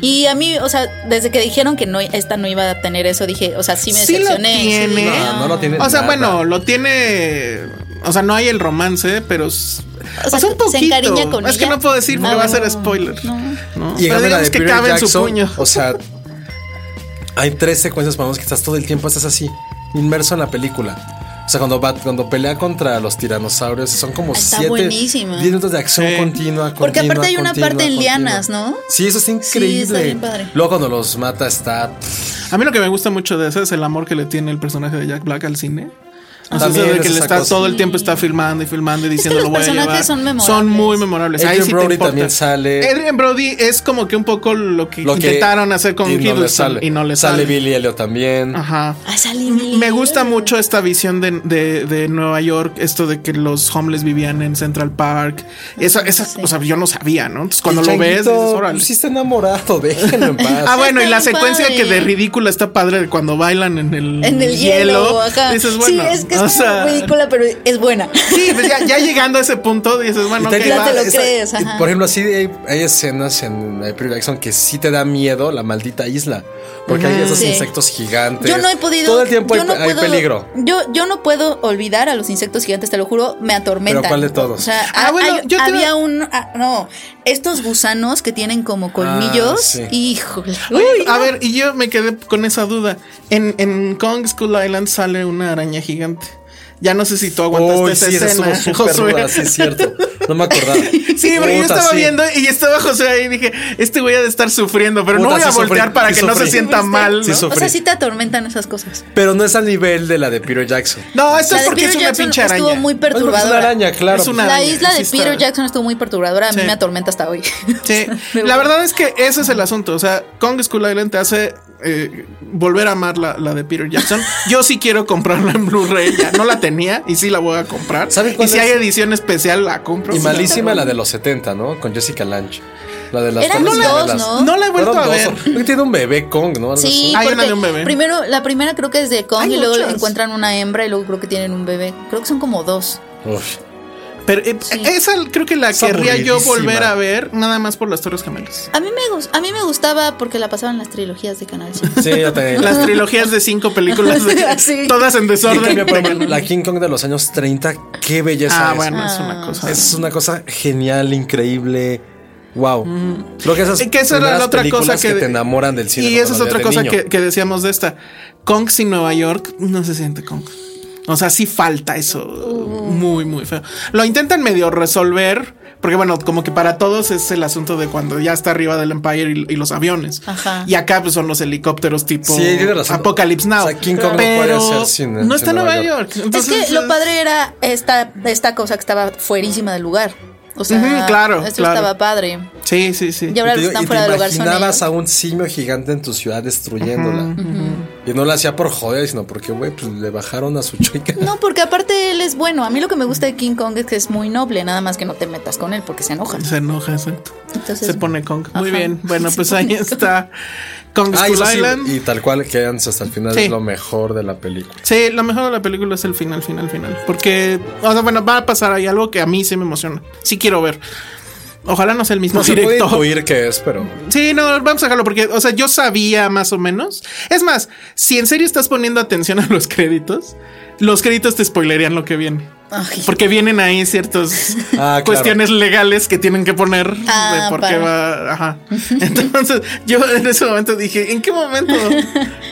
Y a mí, o sea, desde que dijeron que no esta no iba a tener eso, dije, o sea, sí me Sí lo decepcioné. tiene. dije, No, no lo tiene. O sea, nada. bueno, lo tiene. O sea, no hay el romance, pero. s- O sea, un poquito. se encariña con Es que ella. no puedo decir porque No, va a ser spoiler. no. Y ¿no? en Pero cambio la digamos de que Peter cabe en su Jackson, puño. O sea, hay tres secuencias para los que estás todo el tiempo, estás así, inmerso en la película. O sea, cuando, va, cuando pelea contra los tiranosaurios, son como Está siete buenísima. diez minutos de acción Sí. continua, continua. Porque aparte hay una continua, parte en continua. lianas, ¿no? Sí, eso está increíble. está bien padre. Luego cuando los mata está A mí lo que me gusta mucho de eso es el amor que le tiene el personaje de Jack Black al cine. O sea, También eso de que es le esa está cosa. todo el tiempo está filmando y filmando y Es que diciendo los lo voy a personajes llevar. son memorables. Son muy memorables. Ahí Adrian sí te Brody importa. también sale. Adrian Brody es como que un poco lo que Lo que- intentaron hacer con y no le Hiddleston sale. y no le sale. sale. Billy Elliot también. Ajá. Ah, sale Billy. Me gusta mucho esta visión de, de- de Nueva York, esto de que los homeless vivían en Central Park. Esa, esa, o sea, yo no sabía, ¿no? Entonces cuando El lo ves, dices, changuito, órale. pues, sí está enamorado, (laughs) déjenlo en paz. Ah, bueno, y la Está bien secuencia padre. que de ridícula está padre de cuando bailan en el, En el hielo, ajá. Dices, bueno, sí, es que es o como sea, ridícula, pero es buena. Sí, pues ya, ya llegando a ese punto dices, Y bueno, ok, te- Ah, Ya va. te lo esa- crees, y, ajá. Por ejemplo, así hay, hay escenas en April Jackson que sí te da miedo la maldita isla. Porque hay esos Sí. insectos gigantes. Yo no he podido. Todo el tiempo yo hay, no hay puedo- peligro. Yo, yo no puedo olvidar a los insectos gigantes, te lo juro, me atormentan. ¿Pero cuál de todos? O sea, Ah, ah, bueno, hay- yo te- había un. ah, no, estos gusanos que tienen como colmillos. sí. Híjole. Oye, Uy, a ver, y yo me quedé con esa duda. En, en Kong School Island sale una araña gigante. Ya no sé si tú aguantaste Uy, esa sí, esa escena, estuvo súper (laughs) Josué. ruda, sí, es cierto. No me (laughs) acordaba. Sí, porque yo Puta, estaba sí. viendo y estaba José ahí y dije, este güey ha de estar sufriendo, pero no Puta, voy a sí sufrí, voltear para sí que no se sufrí. sienta ¿Sufriste? mal. Sí ¿no? sufrí. o sea, sí te atormentan esas cosas. Pero no es al nivel de la de Peter Jackson. No, esto Ah, La es de porque Peter es una Jackson pinche estuvo araña. muy Es porque es perturbadora. una araña, claro. Es una- La araña, isla sí de está. Peter Jackson estuvo muy perturbadora. A mí Sí. me atormenta hasta hoy. (laughs) Sí, la verdad es que ese es el asunto. O sea, Kong School Island te hace eh, volver a amar la, la de Peter Jackson. Yo sí quiero comprarla en Blu-ray, ya no la tenía y sí la voy a comprar. ¿Saben y cuál si es? hay edición especial, la compro. Y Sí. malísima la de los 70, ¿no? Con Jessica Lange. La de las Eran torres dos, gemelas. ¿no? No la he vuelto Fueron a dos, ver. ¿no? Creo que Tiene un bebé Kong, ¿no? Algo Sí, así. Hay una porque de un bebé. Primero, la primera creo que es de Kong Hay y luego muchas. encuentran una hembra y luego creo que tienen un bebé. Creo que son como dos. Uf. Pero eh, esa creo que la Es querría yo aburridísima. volver a ver, nada más por las Torres Gemelas. A mí me gus- a mí me gustaba porque la pasaban las trilogías de Canal 5. Sí, yo también. Las trilogías de cinco películas, de- (laughs) Sí. todas en En (laughs) cambio, desorden. (laughs) por ejemplo, la King Kong de los años 30, qué belleza Ah, es. bueno, es una cosa. Es una cosa genial, increíble. Wow. Creo que esas Y que esa era primeras la otra cosa películas que, te enamoran del cine. Y cuando esa es las ves otra de cosa niño. que, que decíamos de esta. Kong sin Nueva York no se siente Kong. O sea, sí falta eso muy, muy feo. Lo intentan medio resolver, porque bueno, como que para todos es el asunto de cuando ya está arriba del Empire y, y los aviones. Ajá. Y acá pues, son los helicópteros tipo Sí, tienes razón. Apocalypse Now. O sea, King Kong no Pero puede ser sin- no sin está en Nueva York. (laughs) es Entonces, que lo padre era esta, esta cosa que estaba fuerísima del lugar. O sea, Ujú, claro, esto claro. estaba padre. Sí, sí, sí. Y ahora te los digo, que están y fuera te de lugar son imaginabas ellos. a un simio gigante en tu ciudad destruyéndola. Y no la hacía por joder, sino porque, güey, pues le bajaron a su chica. No, porque aparte él es bueno. A mí lo que me gusta de King Kong es que es muy noble, nada más que no te metas con él porque se enoja. Se enoja, exacto. Entonces- se pone Kong. Muy Ajá. bien. (laughs) Bueno, Se pues pone ahí Kong. está Kong Ah, School eso sí, pues, Island. y tal cual quedanse hasta el final Sí. es lo mejor de la película. Sí, lo mejor de la película es el final, final, final. Porque, o sea, bueno, va a pasar ahí algo que a mí sí me emociona. Sí quiero ver. Ojalá no sea el mismo No se puede director. intuir qué es, pero Sí, no, vamos a dejarlo porque, o sea, yo sabía más o menos. Es más, si en serio estás poniendo atención a los créditos, los créditos te spoilerían lo que viene. Ay. Porque vienen ahí (laughs) ciertas Ah, claro. cuestiones legales que tienen que poner Ah, de por para. qué va. (laughs) Ajá. Entonces, yo en ese momento dije, ¿en qué momento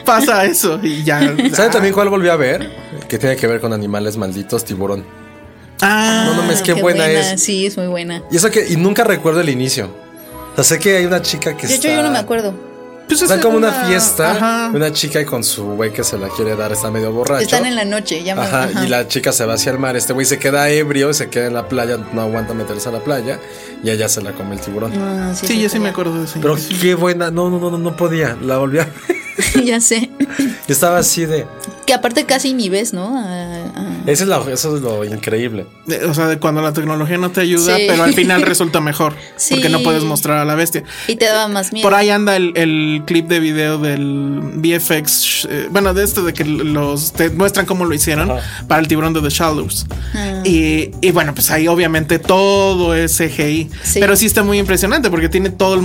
pasa eso? Y ya. ¿Saben ah. también cuál volví a ver? Que tiene que ver con animales malditos, tiburón. Ah, No, no mames, qué, Qué buena, es. Sí, es muy buena. Y eso que, y nunca recuerdo el inicio. O sea, sé que hay una chica que De hecho, está. yo no me acuerdo. Pues Está es como una, una- fiesta. Ajá. Una chica con su güey que se la quiere dar, está medio borracho. Están en la noche, ya me Ajá, ajá. y la chica se va hacia el mar. Este güey se queda ebrio, se queda en la playa, no aguanta meterse a la playa y allá se la come el tiburón. Ah, Sí, yo sí me ya. acuerdo de eso. Pero qué buena, no, no, no, no, no podía, la volví a ver. (laughs) (laughs) ya sé. Yo estaba así de. Que aparte casi ni ves, ¿no? Ah, ah. Ese es la- eso es lo increíble. Eh, O sea, de cuando la tecnología no te ayuda, Sí. pero al final (laughs) resulta mejor. Sí. Porque no puedes mostrar a la bestia. Y te daba más miedo. Por ahí anda el, el clip de video del VFX. eh, bueno, de esto de que los te muestran cómo lo hicieron para el tiburón de The Shallows. Ah. Y, y bueno, pues ahí obviamente todo es CGI. Sí. Pero sí está muy impresionante porque tiene todo el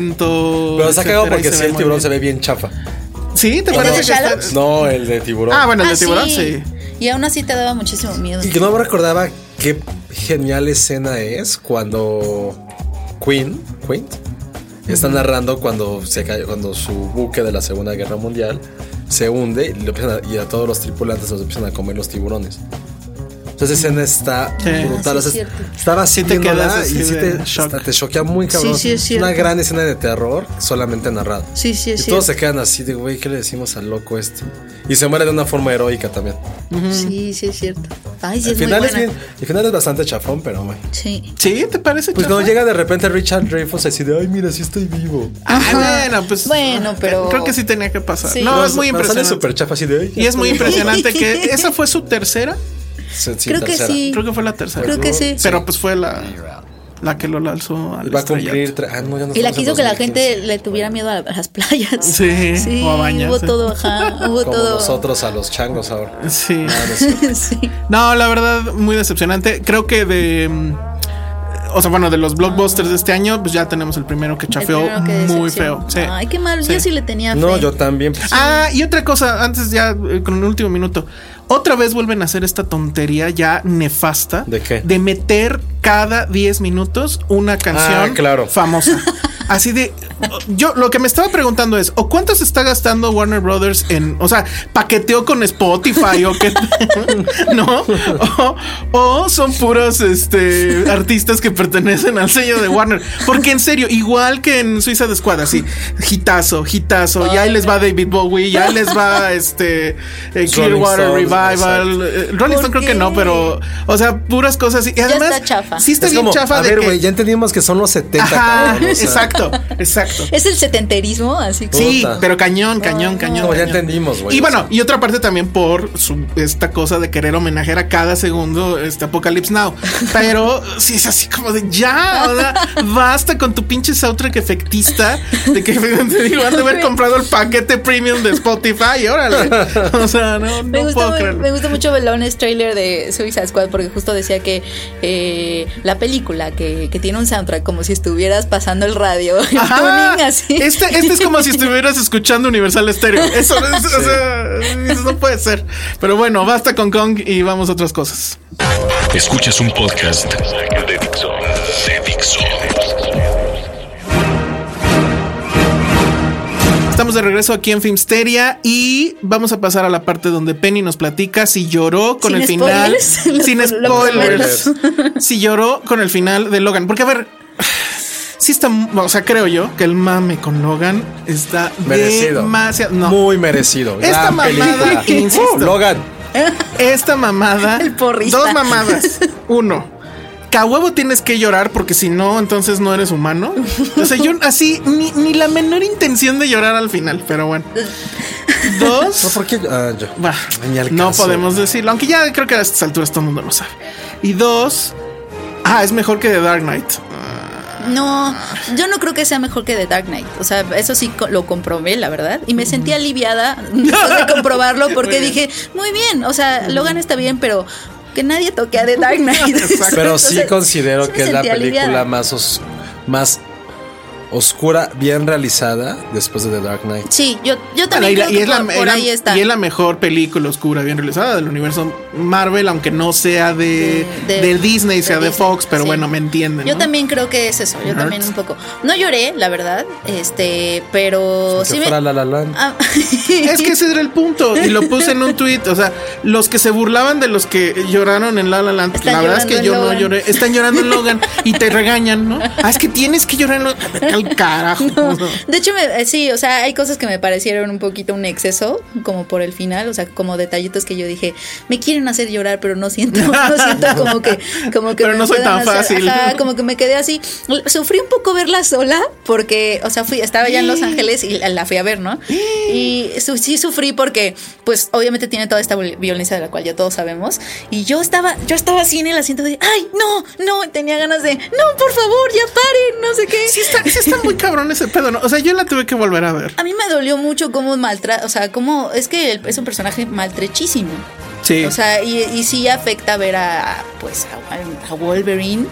movimiento. Pero se ha etcétera, cagado y porque si ve el muy tiburón bien. se ve bien chafa. Sí, te ¿El de parece que The está. Shallows? No, el de tiburón. Ah, bueno, el Ah, de tiburón, sí. Y aún así te daba muchísimo miedo. Y que no me recordaba qué genial escena es cuando Queen, Queen está narrando cuando se cae, cuando su buque de la Segunda Guerra Mundial se hunde y, lo empiezan a, y a todos los tripulantes los empiezan a comer los tiburones. O sea, esa escena está Sí. brutal. Ah, O sí, sea, es cierto. estabas Sí te viéndola quedas así y sí de te, shock. hasta te choquea muy cabrón. Sí, sí, es es una cierto. gran escena de terror solamente narrada. Sí, sí, y es todos cierto. se quedan así de, güey, ¿qué le decimos al loco este? Y se muere de una forma heroica también. Sí, sí, es cierto. Ay, sí, el, es muy final buena. es bien- el final es bastante chafón, pero güey. Sí. ¿Sí? ¿Te parece? Pues chafa? cuando llega de repente Richard Dreyfuss así de, ay, mira, sí estoy vivo. Ah, bueno, pues. Bueno, pero- Creo que sí tenía que pasar. Sí. No, Pero- es muy Pero impresionante. Sale súper chafa así de, ay, Y (laughs) es muy impresionante que esa fue su tercera. Sí, sí, Creo que tercera. sí. Creo que fue la tercera. Creo que sí. Pero pues fue la, la que lo lanzó al Y va a cumplir. estrellato. tre- Ah, no, ya no Y la estamos que en hizo que la 2015. gente le tuviera miedo a a las playas. Sí, o a bañarse. hubo todo, ajá, hubo Como todo. nosotros a los changos ahora. Sí. (laughs) sí. No, la verdad, muy decepcionante. Creo que de. mm, O sea, bueno, de los blockbusters de este año, pues ya tenemos el primero que El chafeó primero que muy decepcionó. feo. Sí. Ay, qué mal. Yo sí le tenía fe. No, yo también. pues, Ah, y otra cosa, antes ya eh, con el último minuto. Otra vez vuelven a hacer esta tontería ya nefasta. ¿De qué? De meter cada 10 minutos una canción Ah, claro. (laughs) famosa. Así de. Yo lo que me estaba preguntando es: ¿o cuánto se está gastando Warner Brothers en. O sea, paqueteó con Spotify o qué. (laughs) ¿No? O, o son puros este, artistas que pertenecen al sello de Warner. Porque en serio, igual que en Suiza de Escuadra, así, hitazo, hitazo. Y ahí les va David Bowie, ya les va este. eh, Clearwater Stones, Revival. eh, Rolling ¿Por Stone creo que qué? no, pero. O sea, puras cosas. Y además. está chafa. Sí, está es bien como, chafa a de ver, que- güey, ya entendimos que son los 70, Ajá, cabrón, o sea. (laughs) exacto, exacto. Es el setenterismo, así que. Sí, Puta. pero cañón, cañón, cañón. No, ya cañón. entendimos, güey. Y o bueno, sea. y otra parte también por su- esta cosa de querer homenajear a cada segundo este Apocalypse Now. Pero sí es así como de ya, o (laughs) sea, basta con tu pinche soundtrack efectista de que te (laughs) digo, han de (laughs) haber comprado el paquete premium de Spotify (laughs) y órale. O sea, no, Me, no gusta, puedo mu- creerlo. me gusta mucho el honest trailer de Suicide Squad porque justo decía que eh, la película que, que tiene un soundtrack como si estuvieras pasando el radio, (laughs) el Ajá. tuning así. Este, este es (laughs) como si estuvieras escuchando Universal Stereo. Eso, no es- o sea, eso no puede ser. Pero bueno, basta con Kong y vamos a otras cosas. Escuchas un podcast de Dixo. De Dixo. Estamos de regreso aquí en Filmsteria y vamos a pasar a la parte donde Penny nos platica si lloró con Sin el final. spoilers. (laughs) sin Lo- lo spoilers. si lloró con el final de Logan. Porque, a ver, sí está. O sea, creo yo que el mame con Logan está Merecido. demasiado. No. Muy merecido. Esta gran mamada, película. insisto. Uh, Logan. Esta mamada. (laughs) El porrista. Dos (laughs) mamadas. Uno. Que a huevo tienes que llorar porque si no, entonces no eres humano. O sea, yo así, ni, ni la menor intención de llorar al final, pero (laughs) bueno. No, Dos. ¿por qué? Ah, yo. Bah, Ni al no caso. podemos decirlo, aunque ya creo que a estas alturas todo el mundo lo sabe. Y dos. Ah, es mejor que The Dark Knight. No, yo no creo que sea mejor que The Dark Knight. O sea, eso sí co- lo comprobé, la verdad. Y me (laughs) sentí aliviada (laughs) después de comprobarlo porque dije, muy bien, o sea, Logan está bien, pero que nadie toque a The (laughs) Dark Knight. (laughs) Pero sí Entonces, considero sí me que es la sentí película aliviada. más, os- más oscura, bien realizada después de The Dark Knight. Sí, yo, yo Bueno, también y, la- creo y que es la, por, y por la- ahí está. y es la mejor película oscura bien realizada del universo Marvel, aunque no sea de, de- de Disney, de sea de Disney, Fox, pero sí. bueno, me entienden. Yo ¿no? también creo que es eso, yo Nerds. también un poco. No lloré, la verdad, este, pero Que sí me- fuera La La Land. Ah, (laughs) Es que ese era el punto. Y lo puse en un tweet. O sea, los que se burlaban de los que lloraron en La La Land, Están la verdad es llorando que en yo no Logan. lloré. Están llorando en Logan y te regañan, ¿no? Ah, es que tienes que llorar en Logan. Vete Al carajo. (laughs) No, ¿no? (laughs) De hecho, me- eh, sí, o sea, hay cosas que me parecieron un poquito un exceso, como por el final, o sea, como detallitos que yo dije, me quieren hacer llorar, pero no siento, (laughs) no siento como que, como que Pero me no soy puedan tan fácil. ajá, como que me quedé así. L- Sufrí un poco verla sola, porque, o sea, fui, estaba ya en Los Ángeles y la- la fui a ver, ¿no? Y su- sí sufrí porque, pues, obviamente tiene toda esta viol- violencia de la cual ya todos sabemos. Y yo estaba, yo estaba así en el asiento de, ay, no, no, tenía ganas de, no, por favor, ya paren, no sé qué. Sí está, sí está muy cabrón ese pedo, ¿no? O sea, yo la tuve que volver a ver. A mí me dolió mucho cómo maltrata, o sea, cómo es que el- es un personaje maltrechísimo. Sí. O sea, y, y sí afecta ver a, pues, a, a Wolverine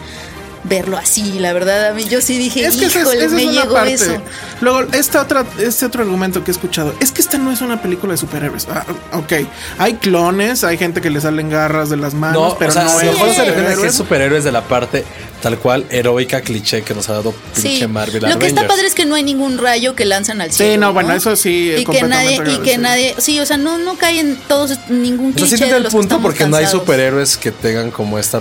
verlo así, la verdad. A mí yo sí dije, Es que esa es- híjole, esa es me una llegó parte. eso. Luego, esta otra, este otro argumento que he escuchado es que esta no es una película de superhéroes. Ah, ok, hay clones, hay gente que le salen garras de las manos, No, pero o sea, Ah, no a es lo mejor se refieren a superhéroe. que es superhéroes de la parte tal cual heroica cliché que nos ha dado pinche Sí. Marvel. Lo que está Avengers. padre es que no hay ningún rayo que lanzan al Sí, cielo. no, bueno, eso sí, Y que completamente nadie, y que agradecido. nadie, sí, o sea, no, no caen todos ningún O sea, sí cliché entiendo de el los que punto estamos porque no hay cansados. superhéroes que tengan como esta,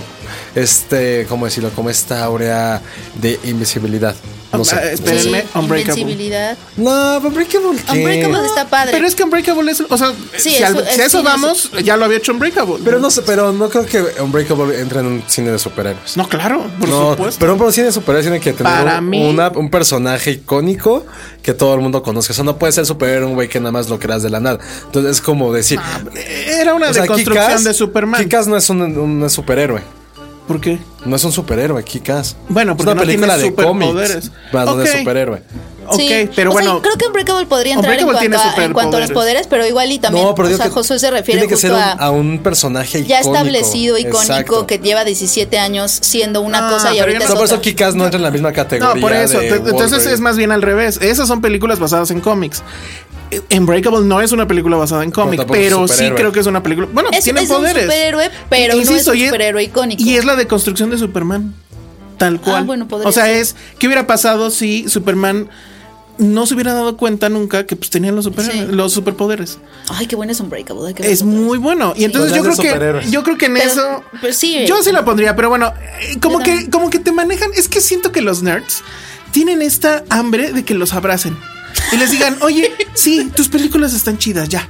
este, ¿cómo decirlo? Como esta aurea de invisibilidad. No Ah, sé. espera. Espérenme, Unbreakable. invencibilidad. No, Unbreakable. ¿qué? Unbreakable está padre. Pero es que Unbreakable es, o sea, Sí, si, al- eso- si a eso sí, vamos, ya lo había hecho Unbreakable. Pero no sé, pero no creo que Unbreakable entre en un cine de superhéroes. no, claro, por No, supuesto. pero un cine de superhéroes tiene que tener Para un, mí- una- un personaje icónico que todo el mundo conozca. O sea, no puede ser superhéroe un güey que nada más lo creas de la nada. Entonces es como decir, era Ah, una o sea, deconstrucción Kick-Ass- de Superman. Kick-Ass no es un, un superhéroe. ¿Por qué? No es un superhéroe, Kikas. Bueno, porque es una no película tiene de cómics. superpoderes. Más no de Ok. superhéroe. Ok, Sí. pero O sea, bueno. creo que Unbreakable podría entrar Unbreakable en, tiene cuanto a, en cuanto a los superpoderes. poderes, pero igual y también, no, pero o digo sea, que Josué se refiere tiene que justo ser un- a, a un personaje icónico. ya establecido, icónico, Exacto. que lleva 17 años siendo una Ah, cosa pero y yo ahorita O no- es sea, por otra. eso Kikas no entra en la misma categoría. No, por eso. de te- Entonces Wolverine. es más bien al revés. Esas son películas basadas en cómics. Unbreakable no es una película basada en cómics, tampoco es pero sí superhéroe. creo que es una película. Bueno, Es- tienen es un poderes. superhéroe, pero no es un y superhéroe icónico. Ah, Y es la deconstrucción de Superman. Tal cual. bueno, podría o sea, ser. es. ¿Qué hubiera pasado si Superman no se hubiera dado cuenta nunca que pues, tenían los, superhéroes- Sí. los superpoderes? Ay, qué bueno es Unbreakable. hay que Es verlo otra muy vez. bueno. Y Sí. entonces Pues yo creo es de que superhéroes. yo creo que en Pero- eso pero sí, yo eh, sí la pondría, pero bueno, eh, como Yo que también. como que te manejan, es que siento que los nerds tienen esta hambre de que los abracen y les digan, "Oye, (laughs) sí, tus películas están chidas ya."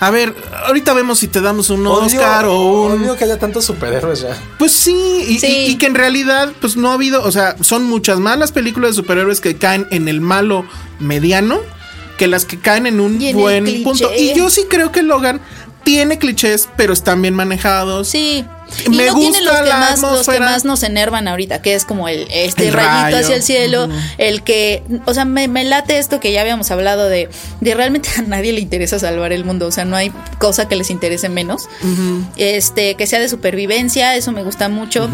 A ver, ahorita vemos si te damos un Odio- Oscar o un Odio que haya tantos superhéroes ya. pues sí, y, Sí. y- y que en realidad, pues no ha habido, o sea, son muchas más las películas de superhéroes que caen en el malo mediano que las que caen en un Y en el buen cliché. punto. Y yo sí creo que Logan tiene clichés, pero están bien manejados. Sí. Y me gusta tienen los que la más, los que atmósfera. más nos enervan ahorita, que es como el este El rayito rayo. hacia el cielo, el que, o sea, me, me late esto que ya habíamos hablado de, de realmente a nadie le interesa salvar el mundo, o sea, no hay cosa que les interese menos. Este, que sea de supervivencia, eso me gusta mucho.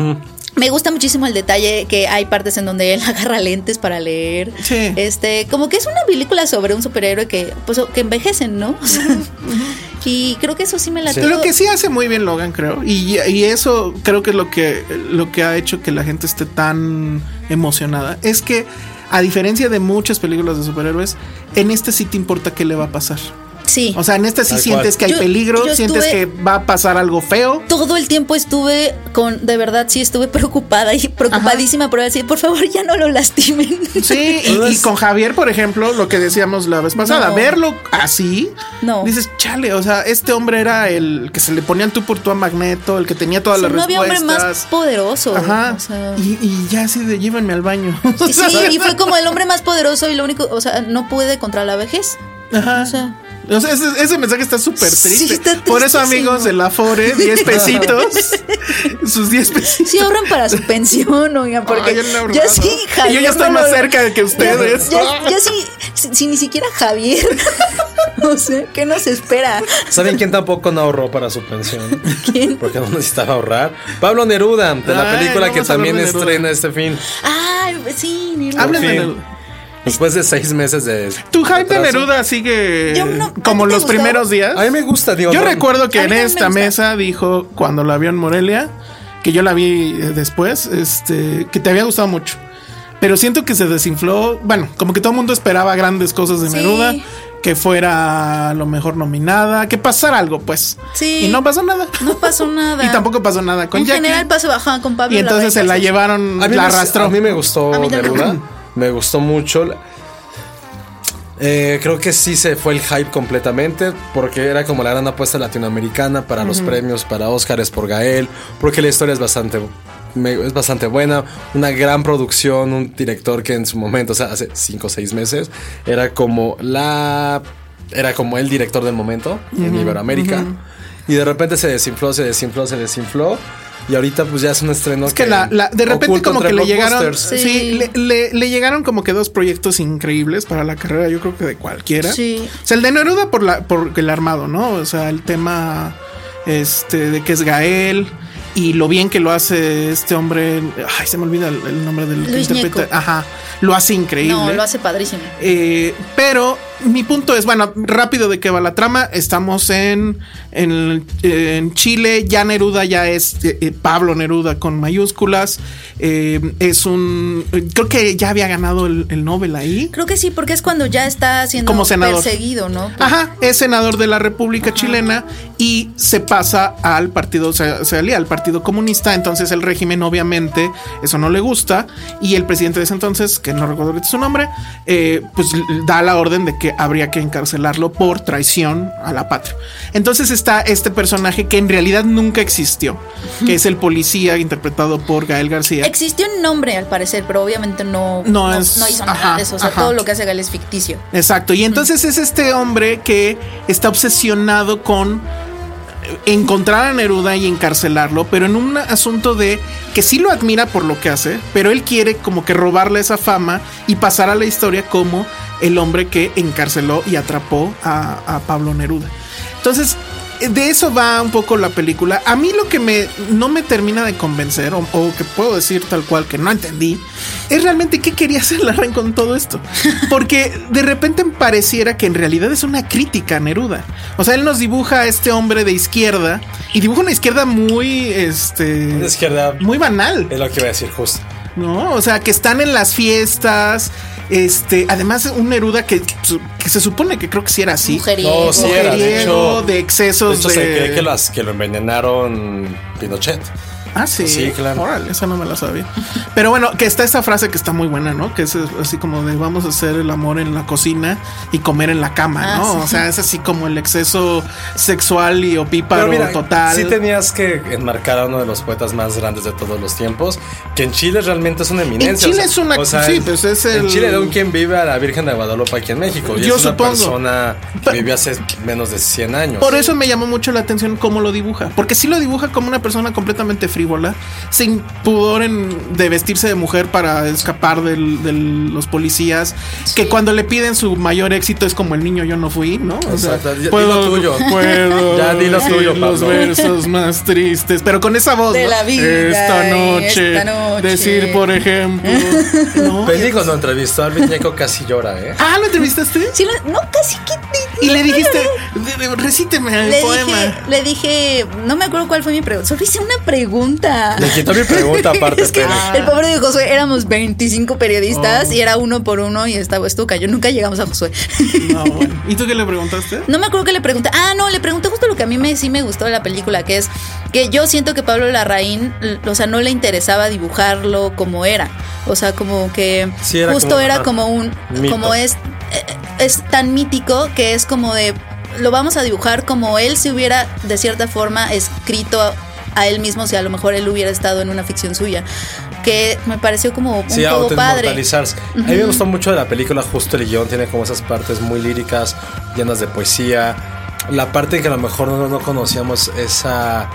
Me gusta muchísimo el detalle que hay partes en donde él (laughs) agarra lentes para leer. Sí. Este, como que es una película sobre un superhéroe que, pues, que envejecen, ¿no? (laughs) O sea, Y creo que eso sí me late. Lo que sí hace muy bien Logan, creo. Y, y eso creo que es lo que, lo que ha hecho que la gente esté tan emocionada. Es que, a diferencia de muchas películas de superhéroes, en este sí te importa qué le va a pasar. Sí. O sea, en esta sí Tal cual. sientes que hay Yo- peligro, yo sientes estuve- que va a pasar algo feo. todo el tiempo estuve con, de verdad, sí estuve (laughs) preocupada y preocupadísima por decir, por favor, ya no lo lastimen. Sí, (laughs) y- y, con Javier, por ejemplo, lo que decíamos la vez pasada, No. verlo así, No. dices, chale, o sea, este hombre era el que se le ponían tú por tú a Magneto, el que tenía todas O sea, las no había hombre respuestas. más poderoso. Ajá. o sea. y, y ya así de llévenme al baño. (laughs) (laughs) Y sí, y fue como el hombre más poderoso y lo único, o sea, no pude contra la vejez. Ajá. O sea, O sea, ese, ese mensaje está súper Sí, triste. está Por eso, tristísimo. amigos, el Afore, (laughs) 10 pesitos. sus 10 pesitos. sí ahorran para su pensión, oigan, porque Ay, yo no he ahorrado. ya sí, Y yo ya Javier estoy no más lo- cerca (laughs) que ya- ustedes. Ya, ya sí, si, si ni siquiera Javier. (laughs) o sea, ¿qué nos espera? ¿Saben quién tampoco no ahorró para su pensión? ¿Quién? Porque no necesitaba ahorrar. Pablo Neruda, de la Ay, película vamos que a hablar también de Neruda. estrena este fin. Ay, sí, ni lo- Hablen de fin. Neruda. Después de seis meses de. Tu hype de atraso. Neruda sigue Yo no- ¿a ti como te los gustó? primeros días. A mí me gusta, digo. Yo no- recuerdo que A en mí también me esta gusta. mesa dijo cuando la vio en Morelia, que yo la vi eh, después, este, que te había gustado mucho. Pero siento que se desinfló. Bueno, como que todo el mundo esperaba grandes cosas de Sí. Neruda, que fuera a lo mejor nominada, que pasara algo, pues. Sí. Y no pasó nada. No pasó nada. y tampoco pasó nada con en Jackie. general paso bajaba con Pablo. y entonces se la Larraín. llevaron, A mí, Mm, la me, arrastró. a mí me gustó A mí también. Neruda. Me gustó mucho. La- Eh, creo que sí se fue el hype completamente porque era como la gran apuesta latinoamericana para los premios, para Óscares por Gael, porque la historia es bastante, me- es bastante buena, una gran producción, un director que en su momento, o sea, hace 5 o 6 meses, era como la... Era como el director del momento en Iberoamérica. Y de repente se desinfló, se desinfló, se desinfló. Y ahorita pues ya es un estreno Es que la, la- de repente oculto como que entre le llegaron, sí, blockbusters. le, le- le llegaron como que dos proyectos increíbles para la carrera, yo creo que de cualquiera. Sí. O sea, el de Neruda por la por el armado, ¿no? O sea, el tema este de que es Gael, y lo bien que lo hace este hombre. Ay, se me olvida el, el nombre del Luis que interpreta. Gnecco. Ajá, lo hace increíble. No, lo hace padrísimo. Eh, pero mi punto es, bueno, rápido de qué va la trama. Estamos en, en, en Chile, ya Neruda ya es eh, eh, Pablo Neruda con mayúsculas. Eh, es un... Creo que ya había ganado el, el Nobel ahí. Creo que sí, porque es cuando ya está siendo Como senador. Ah, perseguido, ¿no? Ajá, es senador de la República Chilena y se pasa al partido, se, se alía al Partido Comunista, entonces el régimen obviamente eso no le gusta y el presidente de ese entonces, que no recuerdo ahorita su nombre, eh, pues l- da la orden de que habría que encarcelarlo por traición a la patria. Entonces está este personaje que en realidad nunca existió, que es el policía interpretado por Gael García. Existió un nombre al parecer, pero obviamente no, No es- no hizo nada ajá, de eso. O sea, ajá. todo lo que hace Gal es ficticio. Exacto. Y entonces es este hombre que está obsesionado con encontrar a Neruda y encarcelarlo, pero en un asunto de que sí lo admira por lo que hace, pero él quiere como que robarle esa fama y pasar a la historia como el hombre que encarceló y atrapó a, a Pablo Neruda. Entonces, eh, de eso va un poco la película. A mí lo que me, no me termina de convencer, o, o que puedo decir tal cual que no entendí, es realmente qué quería hacer Larraín con todo esto. Porque de repente pareciera que en realidad es una crítica a Neruda. O sea, él nos dibuja a este hombre de izquierda y dibuja una izquierda muy, este, Una izquierda muy banal. es lo que iba a decir justo. ¿no? O sea, que están en las fiestas. Este, además, un Neruda que, que se supone que creo que sí era así. Mujeriego. No, sí era, de Mujeriego, hecho. de excesos De hecho, se de- cree que, las, que lo envenenaron Pinochet. Ah, sí. Sí, claro. Órale, esa no me la sabía. Pero bueno, que está esta frase que está muy buena, ¿no? Que es así como de vamos a hacer el amor en la cocina y comer en la cama, Ah, ¿no? sí. O sea, es así como el exceso sexual y opíparo total. sí tenías que enmarcar a uno de los poetas más grandes de todos los tiempos, que en Chile realmente es una eminencia. En Chile es una- sí, pues es el- En Chile era un quien vive a la Virgen de Guadalupe aquí en México. Y Yo es supongo. una persona que Pero- vivió hace menos de 100 años. Por eso me llamó mucho la atención cómo lo dibuja, porque sí lo dibuja como una persona completamente frívola, sin pudor en, de vestirse de mujer para escapar del- de los policías, que cuando le piden su mayor éxito es como el niño yo no fui, ¿no? O sea, Exacto. Ya, dilo tuyo. (laughs) puedo (laughs) Ya, dilo decir tuyo, los Pablo. versos más tristes, pero con esa voz De ¿no? la vida, Esta noche, esta noche. decir por (laughs) ejemplo, ¿no? Pedí cuando entrevistó a Luis Ñeco casi llora, ¿eh? Ah, lo entrevistaste Sí, lo- no, casi que. y le dijiste, "De- de- recíteme el Le poema. dije, le dije, no me acuerdo cuál fue mi pregunta. Solo hice una pregunta. Le quitó mi pregunta aparte, (laughs) es que pero- el pobre de Josué éramos 25 Oh. periodistas y era uno por uno y estaba estuca. Yo nunca llegamos a Josué. No, bueno. ¿Y tú qué le preguntaste? No me acuerdo que le pregunté. Ah, no, le pregunté justo lo que a mí me, sí me gustó de la película, que es que yo siento que Pablo Larraín, l- o sea, no le interesaba dibujarlo como era. O sea, como que Sí, era justo como- era ajá, como un. mito. Como es. eh, Es tan mítico que es como de. Lo vamos a dibujar como él si hubiera, de cierta forma, escrito a, a él mismo, si a lo mejor él hubiera estado en una ficción suya. Que me pareció como un Sí, poco padre. autoinmortalizarse. A mí me gustó mucho de la película, justo el guión tiene como esas partes muy líricas, llenas de poesía. La parte en que a lo mejor no, no conocíamos esa,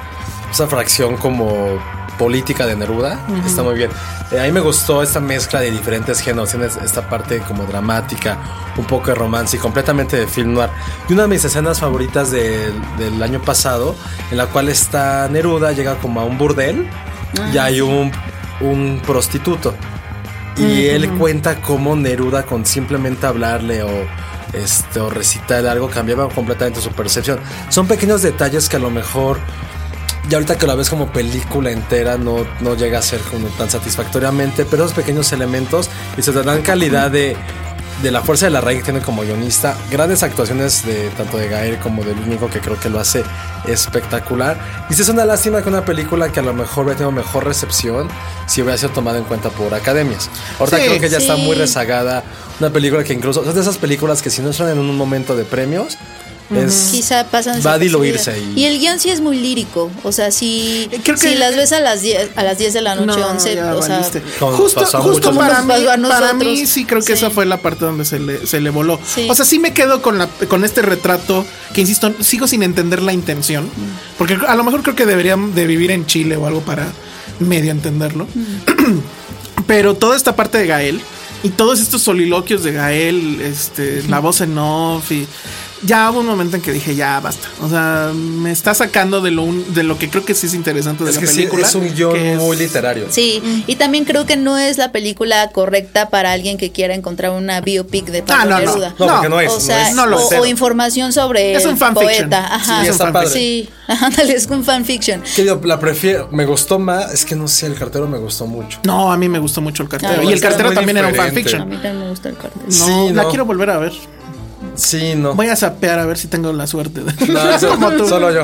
esa fracción como política de Neruda, está muy bien. Eh, a mí me gustó esta mezcla de diferentes géneros, tienes esta parte como dramática, un poco de romance y completamente de film noir. Y una de mis escenas favoritas del- del año pasado, en la cual está Neruda, llega como a un burdel y Ah. hay un, un prostituto. Y él cuenta cómo Neruda con simplemente hablarle o, este, o recitar algo cambiaba completamente su percepción. Son pequeños detalles que a lo mejor, ya ahorita que la ves como película entera, no, no llega a ser como tan satisfactoriamente, pero esos pequeños elementos y se te dan calidad de, de la fuerza de la raíz que tiene como guionista. Grandes actuaciones de tanto de Gael como del único que creo que lo hace espectacular. Y sí es una lástima que una película que a lo mejor hubiera tenido mejor recepción si hubiera sido tomada en cuenta por academias. Ahorita Sí. creo que ya está Sí. muy rezagada. Una película que incluso, o sea, es de esas películas que si no están en un momento de premios, es, quizá pasan Mm. va a desapercibidas. diluirse. Y, y el guión sí es muy lírico o sea si, Eh, creo si que- las ves a las 10 a las 10 de la noche No, 11 ya o sea valiste. Como justo pasó a justo muchos. para, Como mí, nos pasó a para nosotros. mí sí creo que Sí. esa fue la parte donde se le, se le voló. Sí. O sea, sí me quedo con, la, con este retrato que, insisto, sigo sin entender la intención. Mm. Porque a lo mejor creo que deberían de vivir en Chile o algo para medio entenderlo. Mm. (clears throat) Pero toda esta parte de Gael y todos estos soliloquios de Gael, este, la voz en off y ya hubo un momento en que dije, ya basta. O sea, me está sacando de lo, un- de lo que creo que sí es interesante de Es la que sí, película. es un guión que es- muy literario. Sí, y también creo que no es la película correcta para alguien que quiera encontrar una biopic de Pablo Ah, no, no. Neruda. No, porque no es. o sea, no no lo o, es. o información sobre Es un el fanfiction. poeta. Sí, Ajá. es un Está padre. Sí, (laughs) ándale, es un fanfiction. es. Que yo la prefiero. Me gustó más. Es que no sé, el cartero me gustó mucho. No, a mí me gustó mucho el cartero. Ah, y el está cartero muy también era un diferente. A fanfiction. mí también me gusta el cartel. No, Sí, la no. quiero volver a ver. Sí, no. Voy a sapear a ver si tengo la suerte. de- (laughs) No, eso- como tú. solo yo.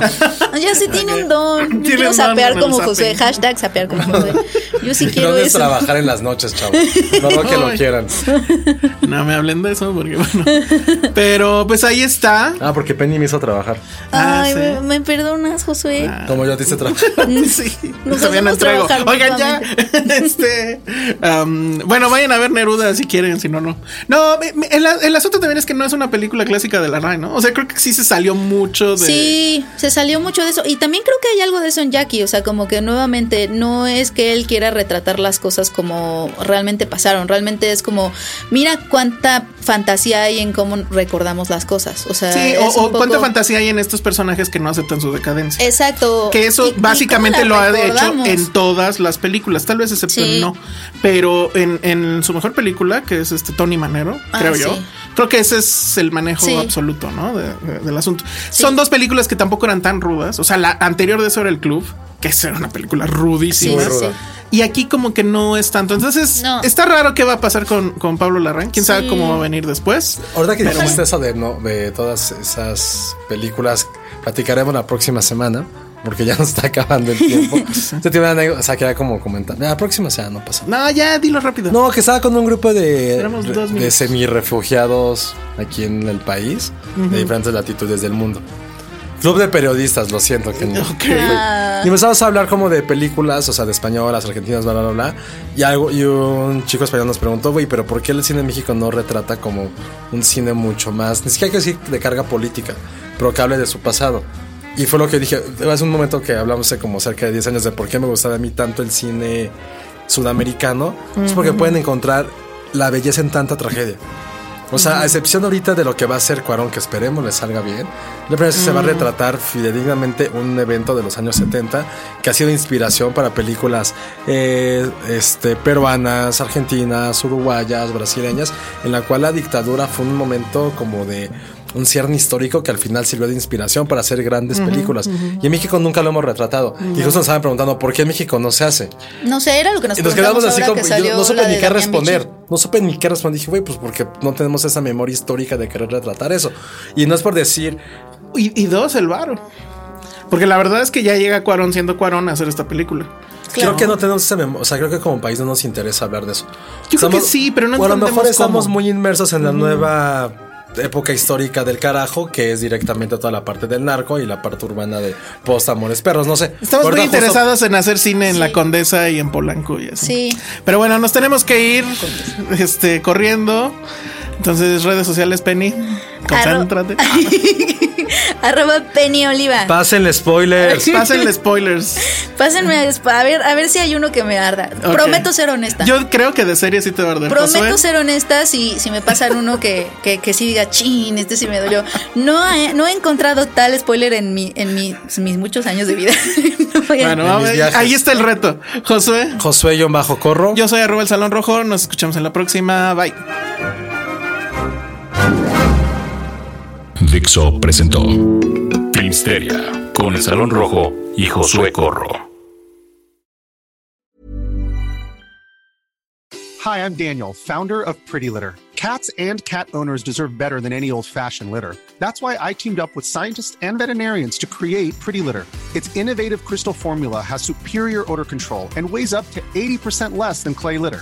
Ya sí tiene un don. Yo Tiene quiero un don, sapear no me lo como José. sapen. Hashtag sapear como José. (laughs) Yo sí No quiero es eso. trabajar en las noches, chavo. No no que lo Ay. quieran. No me hablen de eso porque bueno. Pero pues ahí está. Ah, porque Penny me hizo trabajar. Ah, Ay, sí. Ah, me, me perdonas, Josué. Como yo te hice trabajar. (laughs) Sí, mm, Nos todavía no hacemos entrego. trabajar Oigan, ya. (laughs) este, am, bueno, vayan a ver Neruda si quieren, si no, no. No, me- me- el, el asunto también es que no es una película clásica de la RAI, ¿no? O sea, creo que sí se salió mucho de. Sí, se salió mucho de eso. Y también creo que hay algo de eso en Jackie. O sea, como que nuevamente no es que él quiera retratar las cosas como realmente pasaron. Realmente es como, mira cuánta fantasía hay en cómo recordamos las cosas. O sea, Sí, eh, es o, un o poco- cuánta fantasía hay en estos personajes que no aceptan su decadencia. Exacto. que eso ¿Y- y cómo básicamente la lo ha hecho recordamos? en todas las películas, tal vez excepto Sí. en no. Pero en, en su mejor película, que es este Tony Manero, Ah, creo sí. yo. Creo que ese es el manejo Sí. absoluto, ¿no? de- de- del asunto. Son dos películas que tampoco eran tan rudas. O sea, la anterior de eso era el club, que esa era una película Sí, rudísima. sí, sí. Y aquí como que no es tanto. Entonces, No. está raro qué va a pasar con, con Pablo Larraín. Quién sabe Sí. cómo va a venir después. Ahorita que dijiste eso de, no, de todas esas películas, platicaremos la próxima semana, porque ya nos está acabando el (laughs) tiempo. Yo tenía una anécdota, o sea, que era como comentar. Ah, La próxima semana no pasa nada. No, ya dilo rápido. No, que estaba con un grupo de, Éramos dos de minutos. semi-refugiados aquí en el país, de diferentes latitudes del mundo. Club de periodistas, lo siento. Que no. Ah, Y empezamos a hablar como de películas, o sea, de españolas, argentinas, bla, bla, bla, bla. Y, algo, y un chico español nos preguntó, güey, pero ¿por qué el cine en México no retrata como un cine mucho más, ni siquiera hay que decir de carga política, pero que hable de su pasado? Y fue lo que dije, hace un momento que hablamos hace como cerca de 10 años de por qué me gustaba a mí tanto el cine sudamericano, es porque pueden encontrar la belleza en tanta tragedia. O sea, a excepción ahorita de lo que va a hacer Cuarón, que esperemos le salga bien, la primera vez que se va a retratar fidedignamente un evento de los años 70 que ha sido inspiración para películas eh, este, peruanas, argentinas, uruguayas, brasileñas, en la cual la dictadura fue un momento como de un cierre histórico que al final sirvió de inspiración para hacer grandes películas. Y en México nunca lo hemos retratado. Y justo nos estaban preguntando, ¿por qué en México no se hace? no sé, era lo que nos, Y nos quedamos así preguntamos ahora como, que yo salió no la supe ni de qué Damián responder. Bichir. No supe ni qué responder. Dije, güey, pues porque no tenemos esa memoria histórica de querer retratar eso. Y no es por decir, Y, y dos, el varo. Porque la verdad es que ya llega Cuarón siendo Cuarón a hacer esta película. Claro. creo que no tenemos esa memoria. O sea, creo que como país no nos interesa hablar de eso. Yo creo que sí, pero no o a lo entendemos mejor estamos cómo. muy inmersos en la nueva época histórica del carajo, que es directamente toda la parte del narco y la parte urbana de post amores perros. No sé. Estamos Ahorita muy justo- interesados en hacer cine en La Condesa y en Polanco y así. (laughs) Sí. Pero bueno, nos tenemos que ir este, corriendo. Entonces, redes sociales, Penny, concéntrate. (laughs) Arroba Penny Oliva. Pásenle spoilers. (laughs) Pásenle spoilers. Pásenme a, desp- a ver, a ver si hay uno que me arda. Ok. Prometo ser honesta. Yo creo que de serie sí te va a arder. Josué. Prometo ser honesta si, si me pasan uno que, que, que sí diga, chin, este sí me dolió. No he, no he encontrado tal spoiler en, mi, en mi- mis muchos años de vida. (laughs) No voy a- Bueno, En a mis ver, viajes. ahí está el reto. Josué, Josué John Bajo Corro. yo soy arroba el Salón Rojo. Nos escuchamos en la próxima. Bye. Dixo presentó Filmsteria con el Salón Rojo y Josué Corro. Hi, I'm Daniel, founder of Pretty Litter. Cats and cat owners deserve better than any old fashioned litter. That's why I teamed up with scientists and veterinarians to create Pretty Litter. Its innovative crystal formula has superior odor control and weighs up to 80% less than clay litter.